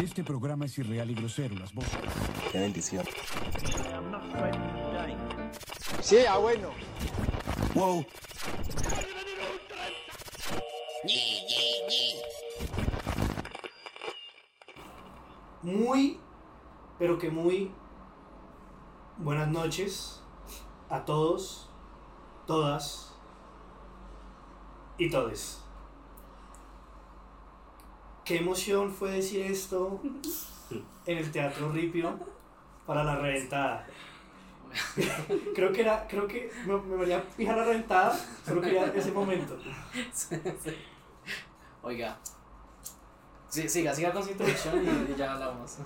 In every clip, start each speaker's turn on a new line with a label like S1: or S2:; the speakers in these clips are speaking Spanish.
S1: Este programa es irreal y grosero, las voces.
S2: Qué bendición.
S3: Sí, ah, bueno.
S2: Wow.
S4: Muy, pero que muy buenas noches a todos, todas y todes. Qué emoción fue decir esto en el Teatro Ripio para la reventada. creo que era, creo que me, me valía fijar la reventada, solo quería ese momento.
S5: Oiga. Sí, siga, siga con su introducción y, y ya hablamos.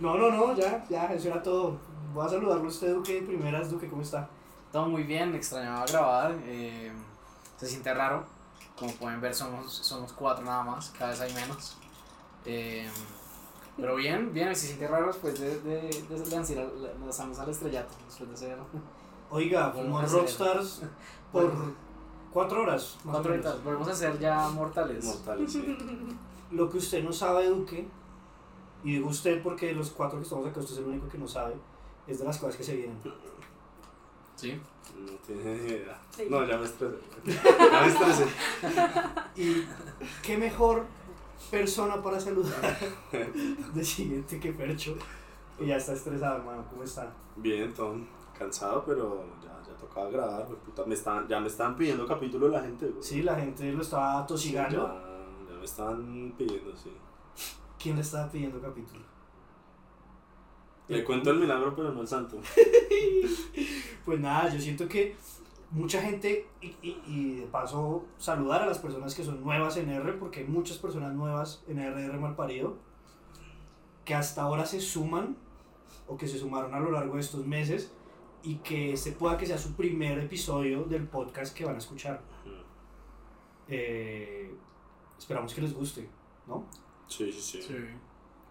S4: No, no, no, ya, ya, eso era todo. Voy a saludarlo a usted, Duque, de primeras, Duque, ¿cómo está?
S5: Todo muy bien, extrañaba grabar. eh, se siente raro. Como pueden ver, somos, somos cuatro nada más, cada vez hay menos. Eh, pero bien, bien, se siente raro después de, de, de lanzar al- lanzarnos al estrellato. Después de hacer
S4: Oiga,
S5: Volvemos a
S4: fuimos
S5: hacer.
S4: rockstars por cuatro horas. más o
S5: cuatro
S4: menos.
S5: horitas, volvemos a ser ya mortales.
S2: Mortales. sí.
S4: Lo que usted no sabe, Duque, y digo usted porque de los cuatro que estamos acá, usted es el único que no sabe, es de las cosas que se vienen.
S5: Sí.
S2: No tienes ni idea.
S6: Sí.
S2: No, ya me estresé. Ya me estresé.
S4: Y qué mejor persona para saludar de siguiente que Percho. Y ya está estresado, hermano, ¿cómo está?
S2: Bien, Tom. Cansado, pero ya, ya tocaba grabar. güey, puta. Me están, ya me están pidiendo capítulo la gente. güey.
S4: Sí, la gente lo estaba
S2: Sí, ya,
S4: atosigando.
S2: ya me están pidiendo, sí.
S4: ¿Quién le estaba pidiendo capítulo?
S2: Le cuento el milagro, pero no el santo.
S4: Pues nada, yo siento que mucha gente, y, y- y de paso saludar a las personas que son nuevas en R, porque hay muchas personas nuevas en RR Malparido, que hasta ahora se suman o que se sumaron a lo largo de estos meses y que este pueda que sea su primer episodio del podcast que van a escuchar. Eh, esperamos que les guste, ¿no?
S2: Sí, sí, sí.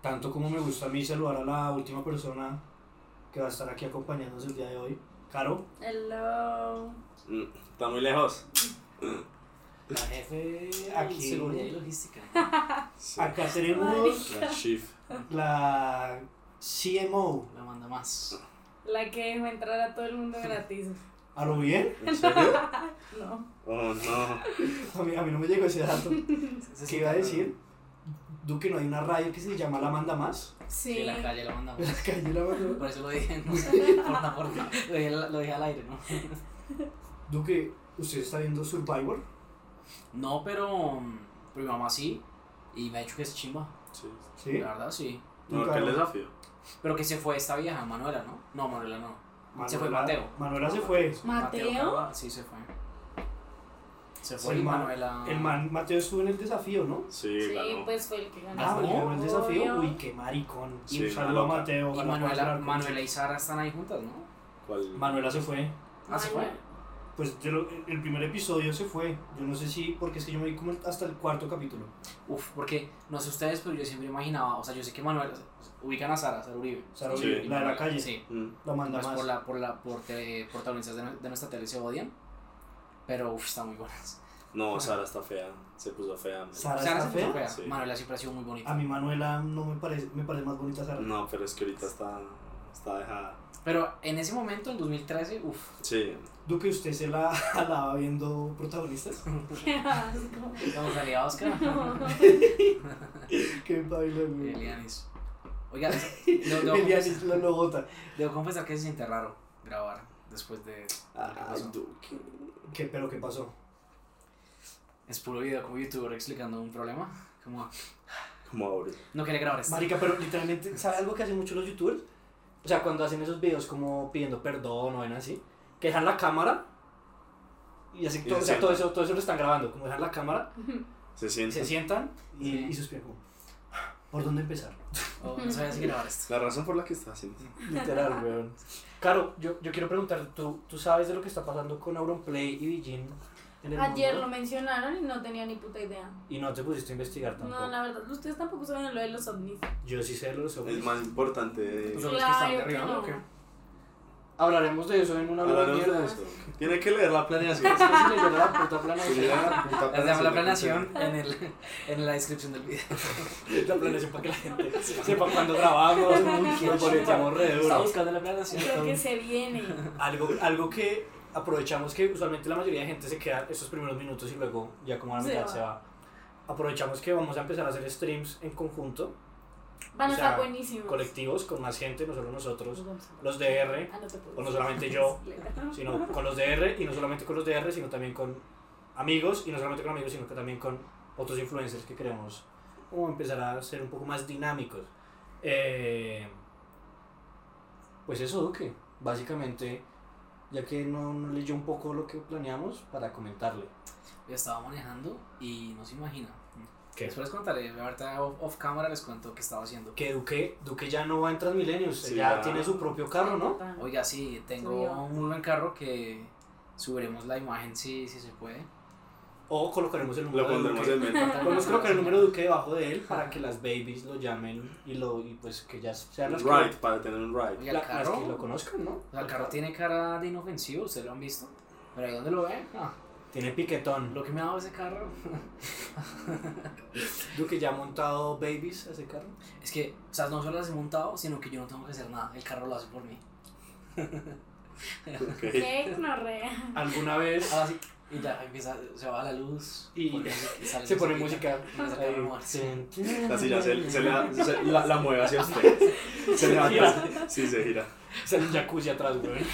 S4: Tanto como me gusta a mí saludar a la última persona que va a estar aquí acompañándonos el día de hoy, Caro.
S6: Hello.
S2: Mm, Está muy lejos.
S5: La jefe
S4: Aquí.
S5: aquí. Seguridad y logística.
S2: Sí.
S4: Acá tenemos
S2: La chief.
S4: la CMO.
S5: La manda más.
S6: La que dejó entrar a todo el mundo gratis.
S4: ¿A lo bien?
S2: ¿En serio?
S6: No.
S2: Oh, no.
S4: A mí, a mí no me llegó ese dato.
S5: Se- se
S4: ¿Qué iba a
S5: siente
S4: decir? Duque, ¿no hay una radio que se llama La Manda Más?
S5: raro.
S6: Sí.
S5: Sí, la calle la manda más.
S4: La calle La Manda Más.
S5: Por eso lo dije, no sé, por la forma, lo dije, al- lo dije al aire, ¿no?
S4: Duque, ¿usted está viendo Survivor?
S5: No, pero, mm, pero mi mamá sí, y me ha dicho que es chimba,
S2: Sí.
S4: ¿Sí?
S5: la verdad sí.
S2: No, ¿qué el desafío?
S5: Pero que se fue esta vieja, Manuela, ¿no? No, Manuela no.
S4: Manuela-
S5: Se fue Mateo.
S4: Manuela se fue.
S6: ¿Mateo?
S5: Carvajal, Sí, se fue. Se fue
S4: Sí,
S5: y
S4: ma-
S5: Manuela...
S4: El man, Mateo estuvo en el desafío, ¿no?
S2: Sí,
S6: Sí,
S2: ganó.
S6: pues fue el que ganó.
S4: Ah,
S5: ¿no?
S4: bueno, el desafío.
S6: Obvio.
S4: Uy, qué maricón.
S2: Sí,
S4: Un saludo a
S2: loca.
S4: Mateo.
S5: Y
S4: ojalá pueda
S5: Manuela,
S4: hablar con
S5: Manuela
S4: usted.
S5: y Sara están ahí juntas, ¿no?
S2: ¿Cuál?
S4: Manuela se fue.
S5: Ah, ¿se fue?
S4: Pues yo lo- el primer episodio se fue. Yo no sé si, porque es que yo me vi como hasta el cuarto capítulo.
S5: Uf, porque, no sé ustedes, pero yo siempre imaginaba, o sea, yo sé que Manuela, ubican a Sara, Sara Uribe.
S4: Sara
S5: Y-
S2: Uribe,
S5: y
S4: la de la
S5: Manuela,
S4: calle.
S5: Sí.
S2: Mm.
S4: La manda
S5: Pues
S4: más.
S5: por la, por la, por tele- protagonistas de, nu- de nuestra tele se odian. Pero uff, están muy buenas.
S2: No, Sara está fea. Se puso fea. man.
S4: Sara
S5: Sara
S4: está
S5: se puso fea.
S4: fea.
S2: Sí.
S5: Manuela siempre ha sido muy
S4: A
S5: bonita.
S4: mí Manuela no me parece, me parece más bonita Sara.
S2: No, pero es que ahorita está, está dejada.
S5: Pero en ese momento, en 2013, uff.
S2: Sí,
S4: Duque, ¿usted se la alaba viendo protagonistas?
S6: Qué asco.
S5: Cuando salía Oscar.
S4: Qué baila, güey.
S5: Elianis. Oiga, debo, debo
S4: Elianis
S2: pues.
S5: confesar,
S4: lo, lo bota.
S5: debo confesar que se siente raro grabar después de.
S2: Ay,
S5: pasó.
S2: Duque.
S4: ¿Qué, pero qué pasó?
S5: Es puro video como youtuber explicando un problema. Como,
S2: Como ahora.
S5: no quería grabar esto.
S4: Marica, pero literalmente, ¿sabe algo que hacen mucho los youtubers? O sea, cuando hacen esos videos como pidiendo perdón o ven así, que dejan la cámara y así
S2: Y
S4: todo,
S2: se
S4: o sea, todo
S2: sientan.
S4: eso, todo eso lo están grabando, como dejan la cámara,
S2: Se
S4: y
S2: siente.
S4: se sientan y,
S5: Sí.
S4: y suspiran como, "Ah, ¿por dónde empezar?
S5: O no sabía si grabar esto.
S2: La razón por la que está haciendo.
S4: Literal, weón. Caro, yo, yo quiero preguntar, ¿tú, ¿tú sabes de lo que está pasando con Auronplay y Vijin en el
S6: Ayer lo
S4: mundo?
S6: mencionaron y no tenía ni puta idea.
S4: Y no te pusiste a investigar tampoco.
S6: No, la verdad, ustedes tampoco saben lo de los ovnis.
S4: Yo sí sé lo de los
S2: Es
S4: ovnis.
S2: más importante.
S5: Pues
S2: de-
S5: son los que están de
S6: Claro que
S5: arriba, ¿no?
S6: no.
S5: ¿O qué? Hablaremos de eso en una hora de
S2: Hablaremos de
S5: mierda.
S2: eso. Tiene que leer la planeación.
S5: Es fácil de llorar la puta
S2: Si le
S5: planeación.
S2: dan la puta
S5: Les dejo la planeación
S2: que
S5: en, el, en la descripción del video.
S4: La planeación para que la gente sepa cuándo grabamos, nos boleteamos re duro.
S5: Está buscando la planeación.
S6: Lo que se viene.
S4: Algo, algo que aprovechamos que usualmente la mayoría de gente se queda estos primeros minutos y luego ya como a la
S6: Se
S4: mitad
S6: va.
S4: se va. Aprovechamos que vamos a empezar a hacer streams en conjunto,
S6: Van a
S4: O sea,
S6: estar buenísimos.
S4: colectivos, con más gente, no solo nosotros,
S6: Ah,
S4: los DR,
S6: no te puedo
S4: o no
S6: decir.
S4: solamente yo, sino con los DR y no solamente con los DR, sino también con amigos y no solamente con amigos, sino que también con otros influencers que queremos como empezar a ser un poco más dinámicos. Eh, pues eso, Duque. Básicamente, ya que no, no leyó un poco lo que planeamos, para comentarle.
S5: Yo estaba manejando y no se imagina.
S4: ¿Qué?
S5: Después les contaré. Ahorita off, off cámara les cuento qué estaba haciendo.
S4: Que Duque, Duque ya no va en Transmilenios,
S2: Sí,
S4: ya,
S2: ya.
S4: tiene su propio carro, ¿no?
S6: Total.
S5: Oiga, sí, tengo
S6: Subió.
S5: un muy buen carro que subiremos la imagen si, si se puede.
S4: O colocaremos el
S2: Lo
S4: número de
S2: pondremos
S4: Duque.
S2: en meta.
S4: Podemos colocar el número de Duque debajo de él para que las babies lo llamen y, lo, y pues que ya sean las, que-
S2: Right, para tener un right.
S5: Oiga,
S4: la-
S5: el
S4: las que lo
S5: carro,
S4: conozcan, ¿no?
S5: o sea, el carro tiene cara de inofensivo, ustedes lo han visto. Pero ahí donde lo ven, ah,
S4: Tiene piquetón.
S5: lo que me ha dado ese carro
S4: Duque ya ha montado babies a ese carro.
S5: es que, o sea, no solo las he montado, sino que yo no tengo que hacer nada. El carro lo hace por mí.
S2: Ok.
S6: Qué gonorrea.
S4: Alguna vez
S5: Ahora sí, y ya empieza, se va la luz
S4: Y
S5: pone música, sale
S4: se pone
S5: musiquita.
S4: música.
S5: Empieza a moverse.
S2: Así ya se, se le da- se- la, la mueve hacia usted. Se levanta. Sí, se gira.
S4: Sale un jacuzzi atrás, güey.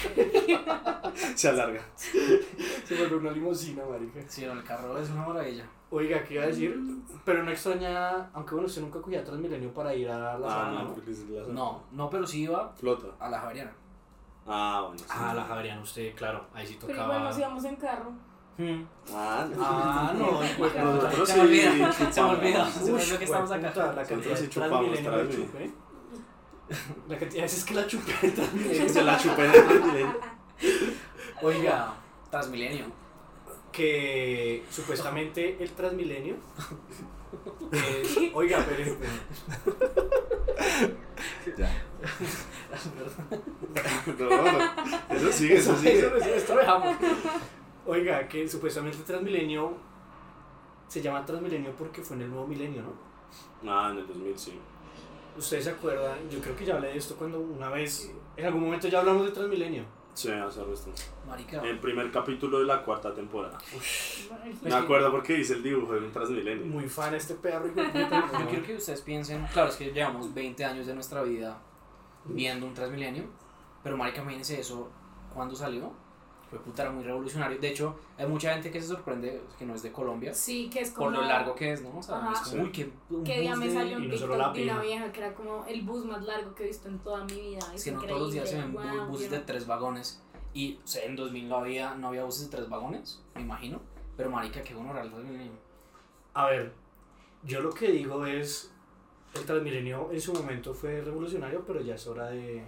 S2: Se alarga.
S4: Se vuelve una limusina, marica.
S5: Sí, no, el carro es una maravilla.
S4: Oiga, ¿qué iba a decir? Pero no extraña, aunque bueno, usted nunca cogía Transmilenio para ir a la
S2: Ah,
S4: zona,
S2: no,
S4: ¿no?
S2: porque es la-
S5: No, no, pero sí iba
S2: Flota.
S5: a la Javeriana.
S2: Ah, bueno. sí.
S4: Ah, la Javeriana, usted, claro, ahí sí
S6: Pero igual
S4: tocaba.
S6: nos íbamos en carro.
S4: Hmm.
S2: Ah, no.
S4: Ah, no, pues no.
S2: Nosotros
S5: Se
S2: sí
S5: me olvida,
S2: chupamos.
S5: se me olvida. Se me
S4: Uy,
S5: olvidó que estamos acá.
S4: puta, La cantidad
S2: Nosotros
S4: de
S2: sí chupamos
S4: Transmilenio que
S2: Transmilenio.
S4: chupé. La cantidad de veces que la chupé en Transmilenio.
S2: Se la chupé en el Transmilenio.
S5: Oiga, Transmilenio.
S4: que supuestamente el Transmilenio es- oiga, pero este,
S2: Ya. No, eso sigue, eso sigue.
S4: eso- esto lo dejamos. Oiga, que supuestamente el Transmilenio se llama Transmilenio porque fue en el nuevo milenio, ¿no?
S2: Ah, en el 2000 sí.
S4: Ustedes se acuerdan, yo creo que ya hablé de esto cuando una vez, en algún momento ya hablamos de Transmilenio.
S2: Sí, hace resto.
S5: Marica.
S2: El primer capítulo de la cuarta temporada.
S5: Pues
S2: Me
S5: sí.
S2: acuerdo porque hice el dibujo de un Transmilenio.
S4: Muy fan este perro. hijo de puta.
S5: Yo quiero que ustedes piensen, claro, es que llevamos 20 años de nuestra vida viendo un Transmilenio, pero marica, imagínense eso, ¿cuándo salió? Fue puta, era muy revolucionario. De hecho, hay mucha gente que se sorprende que no es de Colombia,
S6: Sí, que es como.
S5: por lo largo que es, ¿no? O sea,
S6: Ajá.
S5: es como,
S2: Sí.
S5: uy, qué un
S6: Que día
S5: bus
S6: me
S5: de-
S6: salió
S4: y
S6: un
S4: no solo la
S6: TikTok de una
S4: pija.
S6: vieja que era como el bus más largo que he visto en toda mi vida.
S5: Es
S6: Es
S5: que no
S6: increíble.
S5: todos los días se ven bu-
S6: Guau,
S5: buses de
S6: yo-
S5: tres vagones. Y o sea, en 2000 no había, no había buses de tres vagones, me imagino. Pero marica, qué bueno real Transmilenio.
S4: A ver, yo lo que digo es, el Transmilenio en su momento fue revolucionario, pero ya es hora de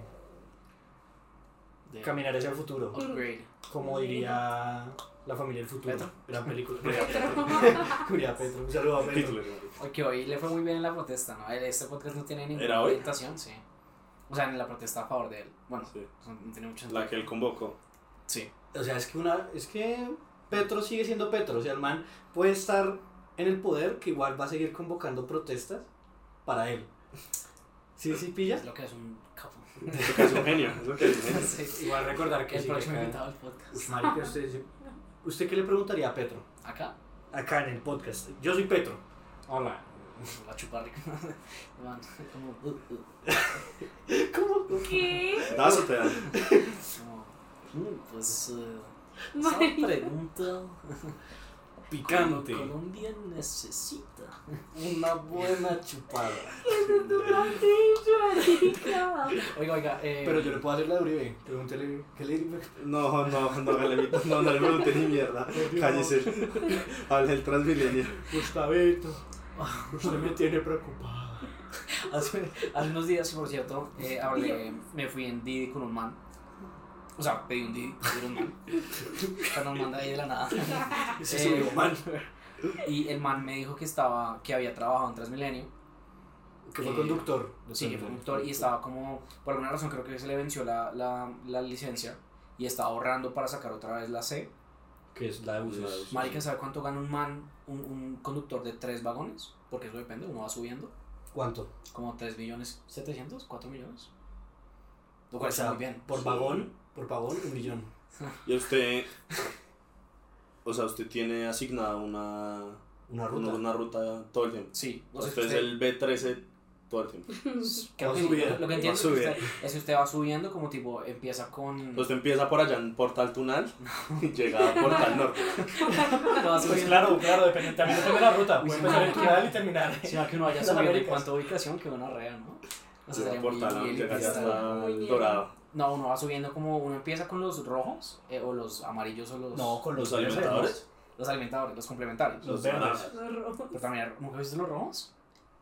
S5: De
S4: caminar hacia el futuro.
S5: upgrade.
S4: Como diría la familia del futuro.
S5: Petro.
S4: Gran película. Curia Petro. Curia Petro. Un saludo a Petro.
S2: Capítulo, ¿no?
S5: Porque hoy le fue muy bien en la protesta, ¿no? Él- Este podcast no tiene
S2: ¿Era
S5: ninguna
S2: hoy?
S5: orientación, sí. O sea, en la protesta a favor de él. Bueno,
S2: Sí.
S5: no- no tiene mucho sentido.
S2: La que él convocó.
S5: Sí.
S4: O sea, es que una. Es que Petro sigue siendo Petro. O sea, el man puede estar en el poder que igual va a seguir convocando protestas para él. Sí, sí, pilla.
S5: Es lo que es un capo.
S2: Eso que es un genio. Eso que es un genio.
S5: Sí.
S4: Igual recordar
S5: El
S4: sigue
S5: próximo
S4: acá.
S5: invitado al podcast.
S4: Uy, marica, usted, sí. ¿Usted qué le preguntaría a Petro?
S5: Acá,
S4: Acá en el podcast. Yo soy Petro. Hola.
S5: la chuparle. Van, como, uh, uh,
S6: ¿Qué?
S2: ¿Das o te dan?
S5: como, mm, pues, eh, esa
S6: Marica.
S5: pregunta.
S4: Picante.
S5: Colombia necesita.
S4: Una buena chupada.
S6: Eso es durante, marica.
S5: Oiga, oiga, eh,
S4: Pero yo le puedo hacer la de Uribe. Pregúntele, ¿qué le diría?
S2: No, no, no, no, no, no, no le pregunté ni mierda. Cállese. Hable el Transmilenio.
S4: Gustavito, usted me tiene preocupado.
S5: Hace, hace unos días, por cierto, eh, hablé, me fui en Didi con un man. O sea, pedí un Didi, pedí un man. Pero no manda ahí de la nada.
S4: Ese
S5: Eh,
S4: es man.
S5: Y el man me dijo que estaba, que había trabajado en Transmilenio.
S4: que fue
S5: Eh,
S4: conductor.
S5: Sí, que fue conductor y estaba como, por alguna razón creo que se le venció la, la, la licencia y estaba ahorrando para sacar otra vez la C.
S4: Que es la de buses.
S2: La de buses.
S5: Marica, ¿sabe cuánto gana un man, un, un conductor de tres vagones? Porque eso depende, uno va subiendo,
S4: ¿Cuánto?
S5: como 3 millones 700, 4 millones. Lo cual
S4: O sea,
S5: está muy bien.
S4: Por
S2: Sí.
S4: vagón, por vagón, un millón.
S2: Y a usted, o sea, usted tiene asignada una,
S4: Una
S2: una,
S4: ruta.
S2: una ruta todo el tiempo.
S5: Sí, o sea,
S2: Usted es
S5: usted-
S2: el B13 todo el tiempo.
S5: creo que
S4: Va
S5: sí,
S4: subiendo,
S5: lo que entiendo
S2: va
S5: es que, usted,
S2: subiendo. Pues,
S5: es que usted va subiendo como tipo, empieza con...
S2: Usted empieza por allá en Portal Tunal y llega a Portal Norte.
S5: va
S4: Pues
S5: subiendo-
S4: claro, claro, depende. También depende de la ruta.
S5: Uy,
S4: Puede
S5: sí,
S4: empezar en
S5: marica.
S4: Tunal y terminar.
S5: Sino que uno vaya
S4: Las
S5: subiendo en
S4: Américas.
S5: cuanto a ubicación, que uno rea, ¿no? O sea,
S2: Llega a
S5: sería muy-
S2: Portal
S5: muy
S2: Norte, llega
S5: elitista.
S2: hasta
S6: Muy
S2: el
S6: bien.
S2: Dorado.
S5: No, uno va subiendo como uno empieza con los rojos eh, o los amarillos o los,
S4: No, con los,
S2: ¿Los alimentadores?
S5: los alimentadores, los complementarios.
S4: Los verdes.
S5: Pero también, ¿nunca viste los rojos?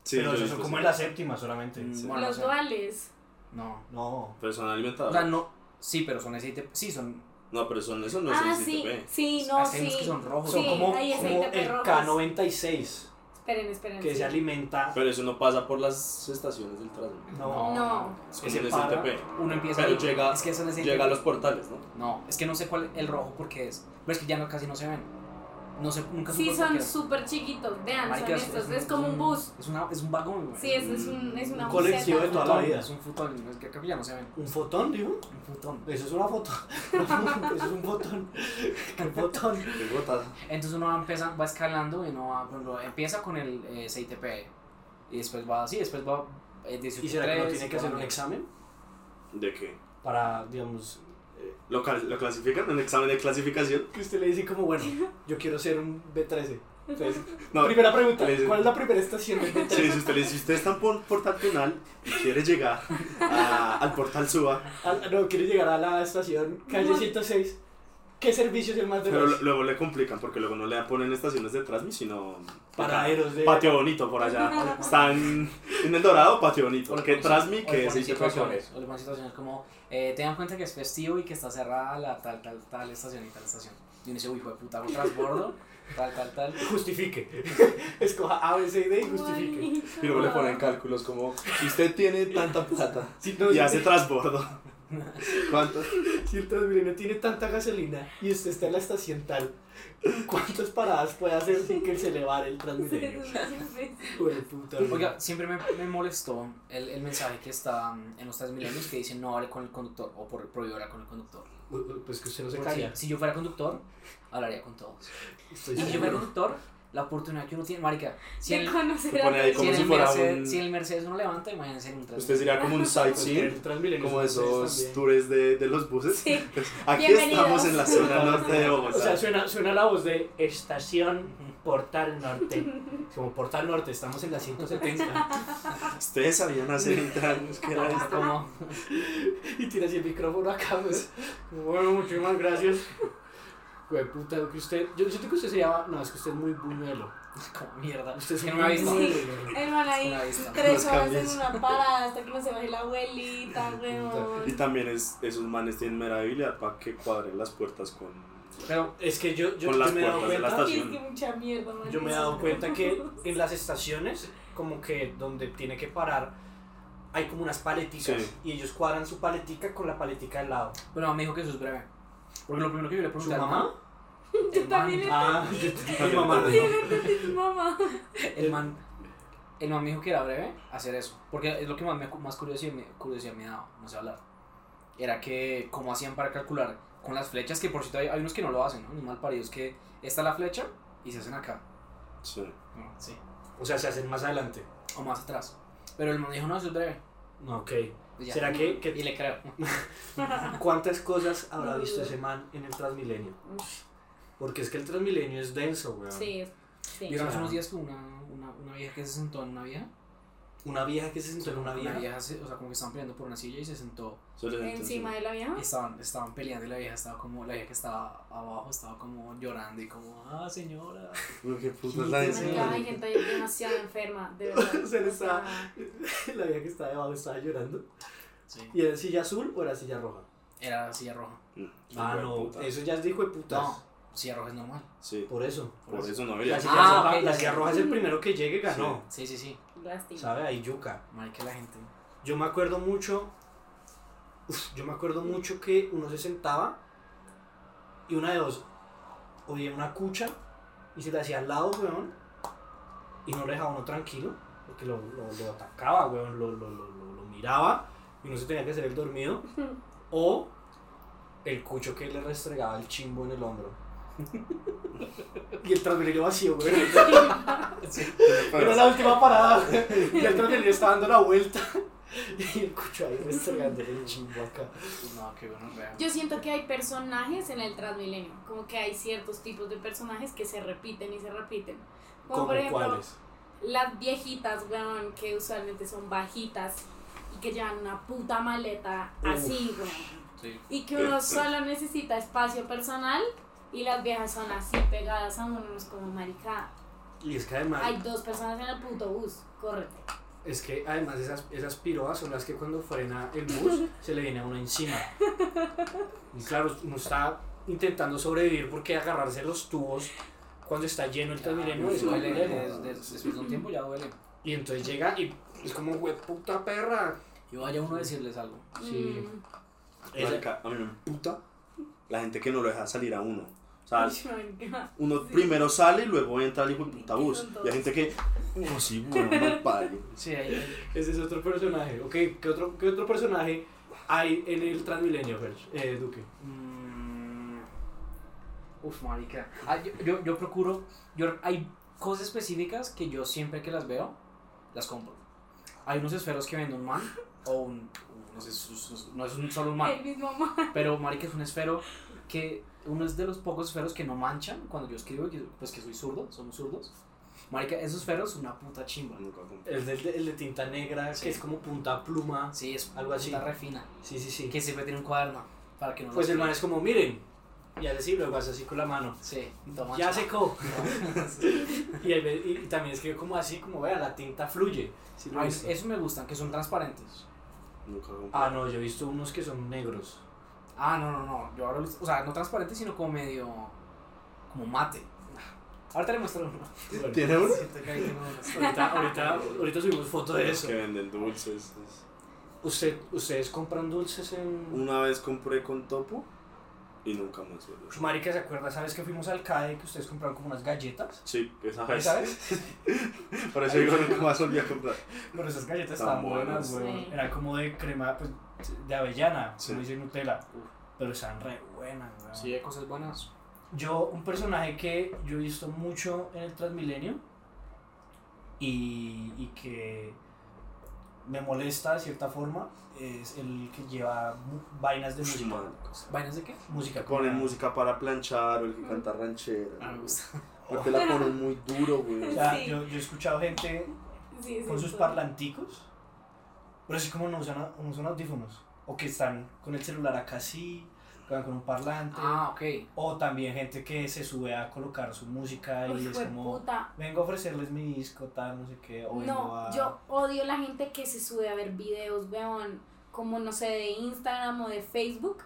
S2: Sí,
S4: pero
S2: yo
S4: eso
S2: he visto,
S4: como
S2: sí.
S4: en la séptima solamente.
S5: Mm, bueno,
S6: Los
S5: o sea,
S6: duales.
S5: no.
S4: No.
S2: Pero son
S5: O sea,
S2: alimentadores.
S5: no. Sí, pero son SITP. Sí, son.
S2: No, pero son, eso no es
S6: Ah,
S2: el
S6: sí,
S2: CTP.
S6: sí, no,
S5: hay unos
S6: sí.
S5: que son rojos.
S4: Son
S6: Sí, pues,
S4: como,
S6: ahí es
S4: como
S6: ahí de
S4: el
S6: perrojos.
S4: K96
S6: Esperen, esperen.
S4: que
S6: sí.
S4: se alimenta.
S2: Pero eso no pasa por las estaciones del Transmilenio.
S4: No.
S6: No.
S2: Es
S5: Que
S2: como
S5: se
S2: en el
S5: para,
S2: CTP.
S5: Uno empieza.
S2: Pero
S5: ahí.
S2: llega-
S5: Es que son SITP.
S2: Llega a los portales, ¿no?
S5: No, es que no sé cuál el rojo porque es. Pero es que ya no, casi no se ven. No sé, nunca
S6: Sí,
S5: supe por qué.
S6: son súper chiquitos. Vean,
S5: Marica,
S6: son estos. Es como un bus.
S5: Es, una, es un vagón, güey.
S6: Sí, es, es, un, es una
S4: Un colectivo de
S6: buseta.
S4: toda la vida.
S5: Es un futón. Es que creo que ya no se ven.
S4: ¿Un fotón, digo?
S5: Un futón.
S4: Eso es una foto. Eso es un fotón. ¿Qué fotón?
S2: Qué gotas.
S5: Entonces uno va, empieza, va escalando y uno va, por ejemplo, empieza con el eh, CITP y después va así, después va eh, 18
S4: ¿Y será que no tiene que hacer un examen?
S2: ¿De qué?
S4: Para, digamos, eh,
S2: ¿Lo, cal- lo clasifican? ¿Un examen de clasificación?
S4: que usted le dice como, bueno, yo quiero ser un B13. Entonces,
S2: No.
S4: primera pregunta,
S2: le dicen-
S4: ¿cuál es la primera estación del B13?
S2: Sí, si usted, le- si usted está por portal tunal y quiere llegar a- al portal suba,
S4: Al- no, quiere llegar a la estación calle 106. ¿Qué servicio es el más
S2: pero
S4: veloz?
S2: lo- luego le complican porque luego no le ponen estaciones de Transmi, sino
S4: Paraderos de-
S2: Patio Bonito por allá. Están en El Dorado, Patio Bonito.
S5: Porque
S2: Porque Transmi que
S5: se
S2: se hizo coger.
S5: situaciones, o le ponen situaciones como, eh, tengan en cuenta que es festivo y que está cerrada la tal, tal, tal estación y tal estación. Y uno dice, uy, hijo de puta, hago transbordo, tal, tal, tal.
S4: Justifique. Escoja A, B, C y D y justifique.
S6: Marica.
S2: Y luego le ponen cálculos como, si usted tiene tanta plata
S4: Si no,
S2: y
S4: si-
S2: hace transbordo, ¿cuánto?
S4: si el Transmilenio tiene tanta gasolina y usted está en la estación tal, ¿cuántas paradas puede hacer sin que se le vare el
S6: Sí,
S4: Transmilenio?
S6: es una sorpresa.
S4: Hijo de puta,
S5: Oiga, siempre me, me molestó el, el mensaje que está mm, en los milenios que dicen no hable con el conductor o por, prohibido hablar con el conductor.
S4: Pues que usted no se
S5: Porque
S4: calla.
S5: si- si yo fuera conductor, hablaría con todos.
S4: Estoy
S5: Y si yo fuera
S4: seguro.
S5: conductor, la oportunidad que uno tiene, marica, si
S6: De
S5: el,
S6: conocer
S2: pone
S6: a
S2: ahí
S6: todos.
S5: si
S2: como
S5: en
S2: si
S5: el
S2: fuera
S5: Mercedes,
S2: un-
S5: si en el Mercedes uno levanta, imagínense en un tren.
S2: Usted sería como un sightseeing,
S4: El Transmilenio
S2: como
S4: es un
S2: esos
S4: también.
S2: tours de, de los buses.
S6: Sí.
S2: Aquí
S6: Bienvenidos.
S2: estamos en la zona norte de
S4: O
S2: Bogotá.
S4: sea, suena, suena la voz de Estación Portal Norte. Como Portal Norte, estamos en la 170.
S2: Ustedes sabían hacer entrañas que era esto.
S5: como,
S4: y tiras el micrófono acá. Pues. Como, Bueno, muchísimas gracias. Güey, puta, que usted. Yo siento que usted se llama. No, es que usted es muy buñuelo.
S5: como mierda.
S4: Usted es
S5: que
S4: un
S5: no me ha visto.
S6: Sí. Hermano,
S5: Es
S6: ahí
S5: una vista.
S6: tres
S2: Los
S6: horas en
S2: cambios.
S6: una parada hasta que no se baje la abuelita, weón.
S2: Y también es, esos manes tienen mera habilidad para que cuadren las puertas con...
S5: Pero,
S4: Es que yo, yo,
S2: Con las
S4: yo me he dado
S2: puertas de la
S4: cuenta.
S6: Y es
S2: estación.
S6: que mucha mierda, man.
S4: Yo me he dado cuenta que en las estaciones, como que donde tiene que parar, hay como unas paleticas.
S2: Sí.
S4: Y ellos cuadran su paletica con la paletica al lado.
S5: pero me dijo que eso es breve. Porque lo primero que yo le
S4: ¿Su
S5: pregunté al
S4: mamá?
S5: man- el
S6: Yo también
S5: man-
S4: Ah,
S6: le
S4: mi
S2: También
S4: mamá.
S2: también.
S6: tu mamá.
S4: Eh,
S5: el man, el man me dijo que era breve hacer eso. Porque es lo que más, me, más curiosidad, me, curiosidad me daba, no sé hablar. Era que, cómo hacían para calcular con las flechas, que por cierto hay, hay unos que no lo hacen, ¿no? Los mal paridos que esta es la flecha y se hacen acá.
S2: Sí.
S5: Sí.
S4: O sea, se hacen más adelante.
S5: O más atrás. Pero el man dijo, no, eso es breve.
S4: No, ok.
S5: Y ya.
S4: ¿Será que,
S5: Y
S4: que
S5: le creo.
S4: cuántas cosas habrá visto ese man en el Transmilenio? Porque es que el Transmilenio es denso, weón.
S6: Sí, es- sí.
S5: Vieron hace
S4: Ya.
S5: unos días que una, una, una vieja que se sentó en una vieja.
S4: Una vieja que se sentó en una
S5: Una
S4: vieja.
S5: vieja, se- o sea, como que estaban peleando por una silla y se sentó.
S2: Eso les
S6: Encima de la vieja.
S5: Y estaban, estaban peleando y la vieja estaba como, la vieja que estaba abajo estaba como llorando y como, ah, señora.
S2: entiendo. Uy, qué puta es la
S5: Sí,
S2: gente.
S6: Marica, hay gente ahí demasiado enferma, de verdad.
S4: Se le
S6: O sea,
S4: La vieja que estaba debajo estaba llorando.
S5: Sí.
S4: ¿Y era silla azul o era silla roja?
S5: Era silla roja.
S2: Mm,
S4: Ah,
S2: hijo de
S4: no.
S2: puta.
S4: Eso ya es de hijo de putas.
S5: No, Silla roja es normal.
S2: Sí,
S4: Por eso.
S2: por eso
S4: La
S2: no debería
S4: silla,
S2: ser.
S5: Ah,
S4: roja,
S5: ok,
S4: la
S5: ya
S4: silla
S5: sé.
S4: roja es el primero que llegue, ganó.
S5: Sí, sí, sí.
S6: Lástima.
S4: ¿Sabe? Ahí yuca.
S5: Marica, la gente.
S4: Yo me acuerdo mucho, uf, yo me acuerdo mucho que uno se sentaba y una de dos, oía una cucha y se le hacía al lado, weón, y no lo dejaba uno tranquilo, porque lo, lo- lo atacaba, weón, lo, lo- lo- lo- lo miraba y uno se tenía que hacer el dormido, o el cucho que le restregaba el chimbo en el hombro. y el transmilenio vacío, weón. Era la última parada y el transmilenio estaba dando la vuelta. Y el cucho ahí restregando el chimbo acá.
S5: pues, No, qué bueno, real.
S6: Yo siento que hay personajes en el Transmilenio, como que hay ciertos tipos de personajes que se repiten y se repiten. Como
S4: ¿Cómo
S6: por ejemplo,
S4: cuáles?
S6: las viejitas, weón, que usualmente son bajitas y que llevan una puta maleta así, weón.
S5: Sí.
S6: Y que uno solo necesita espacio personal y las viejas son así pegadas a uno, uno es como marica.
S4: Y es que además,
S6: Hay dos personas en el puto bus, córrete.
S4: es que además esas, esas piroas son las que cuando frena el bus se le viene a uno encima. Y claro, uno está intentando sobrevivir porque agarrarse los tubos cuando está lleno el Transmilenio es
S5: Eso pues, duele,
S4: complejo.
S5: des- eh, des- después de un tiempo ya duele.
S4: Y entonces llega y es como, güey, puta perra.
S5: Y vaya uno a decirles algo.
S4: Sí.
S6: Mm.
S4: Esa-
S2: Marica, a mí me puta la gente que no lo deja salir a uno. O sea,
S6: Ay, marica.
S2: uno primero sale y luego entra al hijo de puta
S6: Qué
S2: bus.
S6: tonto.
S2: Y hay gente que, oh, sí, bueno, mal padre.
S5: Sí, ahí.
S4: Ese es otro personaje. Ok, ¿qué otro, qué otro personaje hay en el Transmilenio, Fer? Eh, Duque?
S5: Mm. Uf, marica. Ah, yo, yo, yo procuro. Yo, hay cosas específicas que yo siempre que las veo, las compro. Hay unos esferos que vende un man, o un. No, sé, es- es- es- no es un solo un man,
S6: El mismo man.
S5: pero marica es un esfero que. Uno es de los pocos esferos que no manchan cuando yo escribo, que- pues que soy zurdo, somos zurdos. Marica, esos esferos son una puta chimba.
S2: Nunca compré.
S4: El de, el de tinta negra,
S5: Sí.
S4: que es como punta pluma.
S5: Sí, es
S4: Algo así.
S5: Está refina.
S4: Sí, sí, sí.
S5: Que siempre tiene un cuaderno para que no
S4: Pues
S5: lo
S4: el man es como, miren. Y al decirlo, vas así con la mano.
S5: Sí, toma.
S4: Ya
S5: chao.
S4: secó. y, él ve- y- y también escribe como así, como vea, la tinta fluye. Sí, lo he
S5: Ay,
S4: visto.
S5: Eso me gustan, que son transparentes.
S2: Nunca compré.
S4: Ah, no, yo he visto unos que son negros.
S5: Ah, no, no, no. Yo ahora, o sea, no transparentes, sino como medio. como mate. Ahorita le muestro uno.
S4: Bueno,
S2: ¿Tiene uno?
S5: Siento que ahí tengo unos.
S4: ahorita, ahorita, ahorita subimos foto de
S2: Los
S4: eso.
S2: que venden dulces.
S4: Usted, ¿Ustedes compran dulces en...?
S2: Una vez compré con Topo y nunca más volví.
S4: Marica, ¿se acuerda? ¿Sabes que fuimos al CAE E que ustedes compraron como unas galletas?
S2: Sí, esa
S4: ¿Sí
S2: vez.
S4: ¿Sabes?
S2: Por eso digo, nunca más volví a comprar.
S4: Pero esas galletas
S2: Tan
S4: estaban buenas,
S6: buenas.
S4: güey.
S6: Sí.
S4: Era como de crema, pues, de avellana,
S2: Sí.
S4: como dice Nutella. Pero estaban re buenas, güey.
S5: Sí, hay cosas buenas.
S4: Yo, un personaje que yo he visto mucho en el Transmilenio y, y que me molesta de cierta forma es el que lleva mu- vainas de
S2: Uy,
S4: música.
S2: maricas.
S5: ¿Vainas de qué?
S4: Música
S2: Ponen
S4: como-
S2: música para planchar o el que canta ranchera.
S5: Ah, me gusta.
S2: Porque la ponen muy duro,
S4: O
S2: güey.
S4: sea,
S6: Sí.
S4: yo, yo he escuchado gente
S6: Sí, sí,
S4: con sus
S6: sí.
S4: parlanticos, pero así como no usan, no usan audífonos, o que están con el celular acá así, que van con un parlante,
S5: Ah, ok.
S4: o también gente que se sube a colocar su música y
S6: Uy,
S4: es
S6: fue
S4: como,
S6: puta.
S4: vengo a ofrecerles mi disco, tal, no sé qué, o vengo
S6: No,
S4: a...
S6: yo odio la gente que se sube a ver videos, weón, como no sé, de Instagram o de Facebook,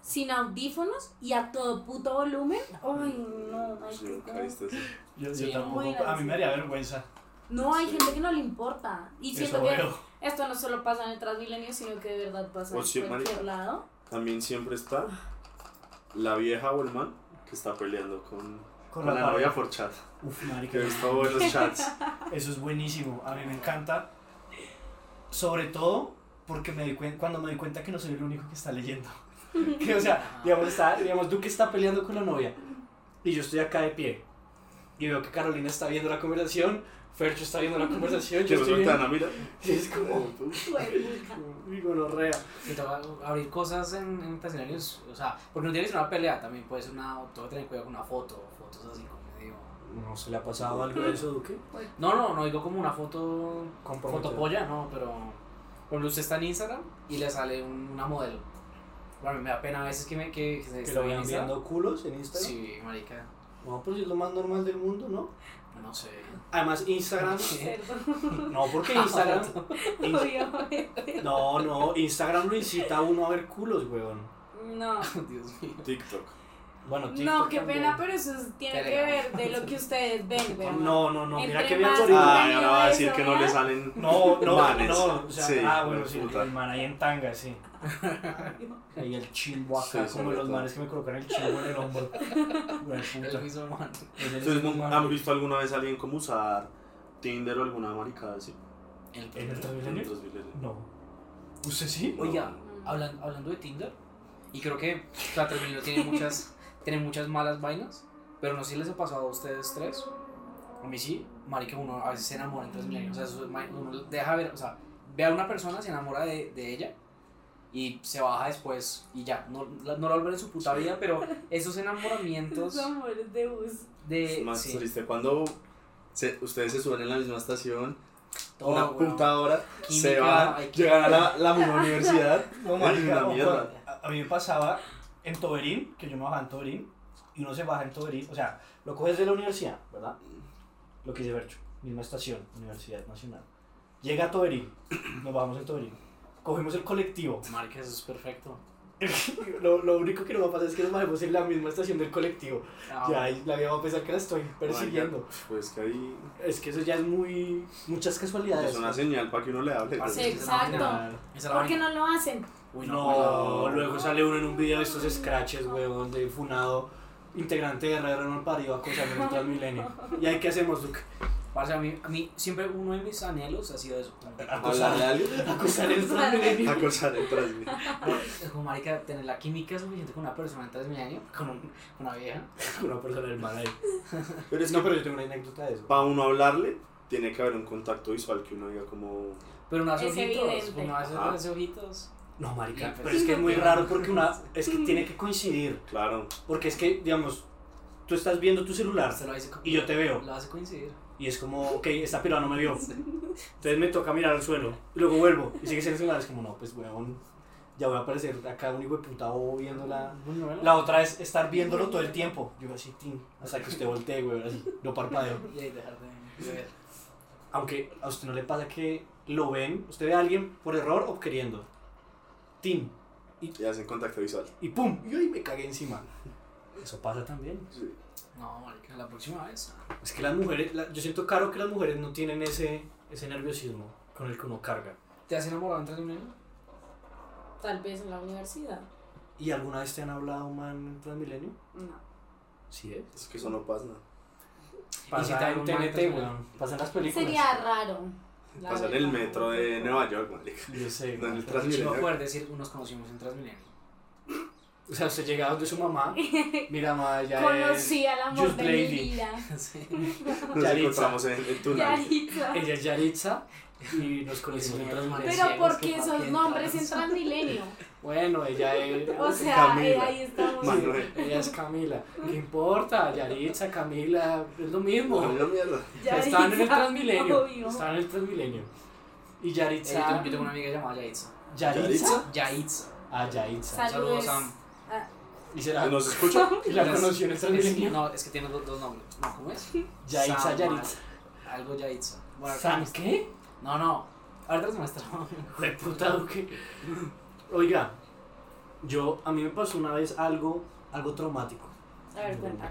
S6: sin audífonos y a todo puto volumen. Ay, no, ay,
S2: Sí,
S6: qué
S2: nunca
S6: como-
S2: viste eso.
S4: Yo, yo
S5: Sí,
S4: tampoco,
S6: buenas.
S4: a mí me haría vergüenza.
S6: No, hay gente que no le importa. Y
S4: Eso
S6: siento que
S4: veo.
S6: esto no solo pasa en el Transmilenio, sino que de verdad pasa
S2: O
S6: en
S2: sí, marica.
S6: cualquier lado.
S2: También siempre está la vieja o el man que está peleando con,
S4: Con
S2: con
S4: la
S2: la novia
S4: pared.
S2: por chat.
S4: Uf,
S2: Que
S4: marica,
S2: he visto buenos chats.
S4: eso es buenísimo, a mí me encanta. Sobre todo porque me di cuen- cuando me di cuenta que no soy el único que está leyendo. que, o
S5: Ah.
S4: sea, digamos, está, digamos, Duque está peleando con la novia y yo estoy acá de pie y veo que Carolina está viendo la conversación, Fercho está viendo la conversación,
S2: Que ah,
S4: yo
S2: nos
S4: estoy viendo...
S2: voltean a mirar.
S4: Y es como...
S6: Jueputa.
S4: Digo, no rea.
S5: Si te va a abrir cosas en, en escenarios, o sea, porque no tienes una pelea, también puede ser una. Tengo que tener cuidado con una foto, fotos así como medio.
S4: ¿No se le ha pasado algo de eso, Duque?
S5: No, no, no digo como una foto
S4: Comprometedor.
S5: fotopolla, no, pero cuando usted está en Instagram y le sale un- una modelo. Bueno, me da pena a veces que me que, se
S4: ¿Que
S5: está
S4: lo
S5: en
S4: vean
S5: Instagram.
S4: viendo culos en Instagram?
S5: Sí, marica,
S4: No, pero si es lo más normal del mundo, ¿no?
S5: no sé.
S4: Además, Instagram...
S6: Perdón.
S4: No,
S5: Ah,
S4: porque Instagram...
S6: Obviamente.
S4: No, no, Instagram lo incita a uno a ver culos, weón.
S6: No.
S5: Dios mío.
S2: TikTok.
S4: Bueno,
S6: No,
S4: TikTok
S6: qué
S4: también.
S6: pena, pero eso es- tiene que ver
S5: Telegram.
S6: de lo que ustedes ven, weón.
S4: No, no, no, mira
S6: Entre
S4: que bien
S6: más
S4: algoritmo.
S6: Ah,
S2: Ay, ahora va a decir que no le salen.
S4: No, no,
S2: Manes.
S4: no, o sea,
S2: Sí,
S4: ah, bueno, sí,
S2: puta.
S4: el man ahí en tanga, sí. Ahí el chimbo acá,
S2: Sí,
S4: como
S2: sobre
S4: los
S2: todo.
S4: manes que me colocaron el chimbo en el hombro. Güey,
S5: El
S4: puta.
S5: mismo man.
S4: Desde el
S2: ¿Ustedes
S4: mismo
S2: no-
S4: man.
S2: han visto alguna vez a alguien como usar Tinder o alguna maricada así?
S5: El
S4: ¿En el
S5: primero.
S4: transmilenio?
S2: Otros miles.
S4: No. ¿Usted sí?
S5: Oiga,
S6: No.
S5: hablan- hablando de Tinder, y creo que o sea, Transmilenio tiene muchas, tiene muchas malas vainas, pero no sé si les ha pasado a ustedes tres. A mí sí, marica, uno a veces se enamora en Transmilenio. O sea, eso es ma- uno deja ver, o sea, ve a una persona, se enamora de, de ella y se baja después y ya. No la, no la vuelve en su puta vida, pero esos enamoramientos
S6: Esos amores de bus.
S5: de.
S2: Es más
S5: eh, sí,
S2: triste cuando se- ustedes se suben en la misma estación,
S5: todo,
S2: una
S5: weón.
S2: puta hora,
S5: Química,
S2: se van,
S5: hay
S2: llegan a la, la misma universidad.
S4: No,
S2: Ay, una
S4: marica, o
S2: mierda.
S4: cuando- a, a mí me pasaba en Toberín, que yo me bajaba en Toberín, y uno se baja en Toberín, o sea, lo coges de la universidad, ¿verdad? Lo que dice Bercho, misma estación, Universidad Nacional. Llega a Toberín, nos bajamos en Toberín, cogemos el colectivo.
S5: Marica, eso es perfecto.
S4: Lo, lo único que nos va a pasar es que nos bajemos en la misma estación del colectivo.
S5: Ah,
S4: Ya, y la vida va a pensar que la estoy persiguiendo.
S2: Pues que ahí
S4: Es que eso ya es muy. muchas casualidades.
S2: es una señal para que uno le hable. pues.
S5: parce,
S6: Sí,
S5: esa vaina-
S6: exacto.
S5: esa
S6: ¿Por qué
S5: vaina-
S6: no lo hacen?
S5: Uy,
S4: No,
S5: weón.
S4: luego sale uno en un video de estos scratches, weón, de funado integrante de RR no parido acosando en el Transmilenio. ¿Y ahí qué hacemos, Duke?
S5: Parce, a mí, a mí siempre uno de mis anhelos ha sido eso. como que-
S2: Hablarle a alguien.
S4: Acosar en el Transmilenio.
S2: Acosar el transmilenio.
S5: Es como marica, tener la química suficiente con una persona en Transmilenio, con un- con una vieja.
S4: Una persona del mal ahí.
S2: Pero es
S4: No,
S2: que
S4: pero yo tengo una anécdota de eso.
S2: para uno hablarle, tiene que haber un contacto visual que uno diga como...
S5: Pero no hace
S6: Es
S5: ojitos.
S6: evidente.
S5: Uno hace,
S2: Ajá.
S5: hace ojitos.
S4: No, marica,
S5: Sí,
S4: pero
S5: pues.
S4: es que es muy raro porque una. Es que tiene que coincidir.
S2: Claro,
S4: Porque es que, digamos, tú estás viendo tu celular
S5: Se lo hace co-
S4: y yo te veo.
S5: Lo hace coincidir.
S4: Y es como, ok, esta pirada no me vio. Entonces me toca mirar al suelo. Y luego vuelvo. Y sigue siendo el celular. Es como, no, pues weón, ya voy a aparecer acá un hijo de puta bobo viendo la.
S5: Bueno, bueno.
S4: La otra es estar viéndolo todo el tiempo. Yo así, tin, hasta que usted voltee, weón, así, no parpadeo.
S5: Y ahí dejar de ver.
S4: Aunque a usted no le pasa que lo ven, usted ve a alguien por error o queriendo. Tin,
S2: y hacen contacto visual.
S4: y pum, y ahí me cagué encima. Eso pasa también.
S2: Sí.
S5: No, marica, la próxima vez.
S4: Es que las mujeres, la- yo siento caro que las mujeres no tienen ese, ese nerviosismo con el que uno carga.
S5: ¿Te has enamorado en Transmilenio?
S6: Tal vez en la universidad.
S4: ¿Y alguna vez te han hablado, man, en Transmilenio?
S6: No.
S4: Sí, ¿eh? es.
S2: Es que eso no pasa nada.
S5: Pasa
S4: Pasa
S5: en
S4: en
S5: un
S4: TNT,
S5: man-
S4: weón. Pasan las películas.
S6: Sería raro. la
S2: Pasa en el
S6: verdad.
S2: metro de Nueva York, marica.
S4: Yo sé,
S2: No, en
S4: weón.
S2: el
S5: Si no
S2: transmilenio.
S5: poder decir, nos conocimos en Transmilenio.
S4: O sea, usted llega donde su mamá. Mira, mamá, ya es.
S6: Conocí al amor
S4: Just
S6: de mi
S4: Lady.
S6: vida.
S5: Sí.
S2: Nos
S4: Yaritza.
S2: encontramos en el túnel.
S6: Yaritza.
S4: Ella es Yaritza. Y nos conocimos en
S5: Pero
S4: Transmilenio.
S6: Pero
S5: ciegos
S6: ¿por qué
S5: que
S6: esos
S5: papientan.
S6: nombres en Transmilenio?
S4: Bueno, ella es.
S6: O sea, eh,
S2: Camila.
S6: ahí estamos.
S2: Manuel.
S4: Ella es Camila. ¿Qué importa? Yaritza, Camila, es lo mismo.
S2: Bueno, mierda.
S6: Yaritza,
S4: Están en el Transmilenio.
S6: obvio.
S4: Están en el Transmilenio. Y
S5: Eh, yo tengo-
S4: Yaritza.
S5: Yo tengo una amiga llamada Yaitza.
S4: ¿Yaritza?
S5: Yaitza.
S4: Ah, Yaritza.
S6: Sal- Saludos.
S5: Saludos, Sam.
S4: ¿Y
S5: Ah,
S4: será?
S2: ¿Nos escucha?
S4: ¿Y la
S5: Las-
S4: conoció en el
S5: Es que,
S4: Transmilenio?
S5: no, es que tiene dos, dos nombres. No, ¿Cómo es?
S4: Yaritza,
S5: Sam,
S4: Yaritza.
S5: Algo Yaitza. Bueno,
S4: ¿Sam
S5: acá-
S4: qué?
S5: No, no. Ahorita les muestro.
S4: De puta Duque. Oiga, yo a mí me pasó una vez algo, algo traumático.
S6: A ver, cuenta.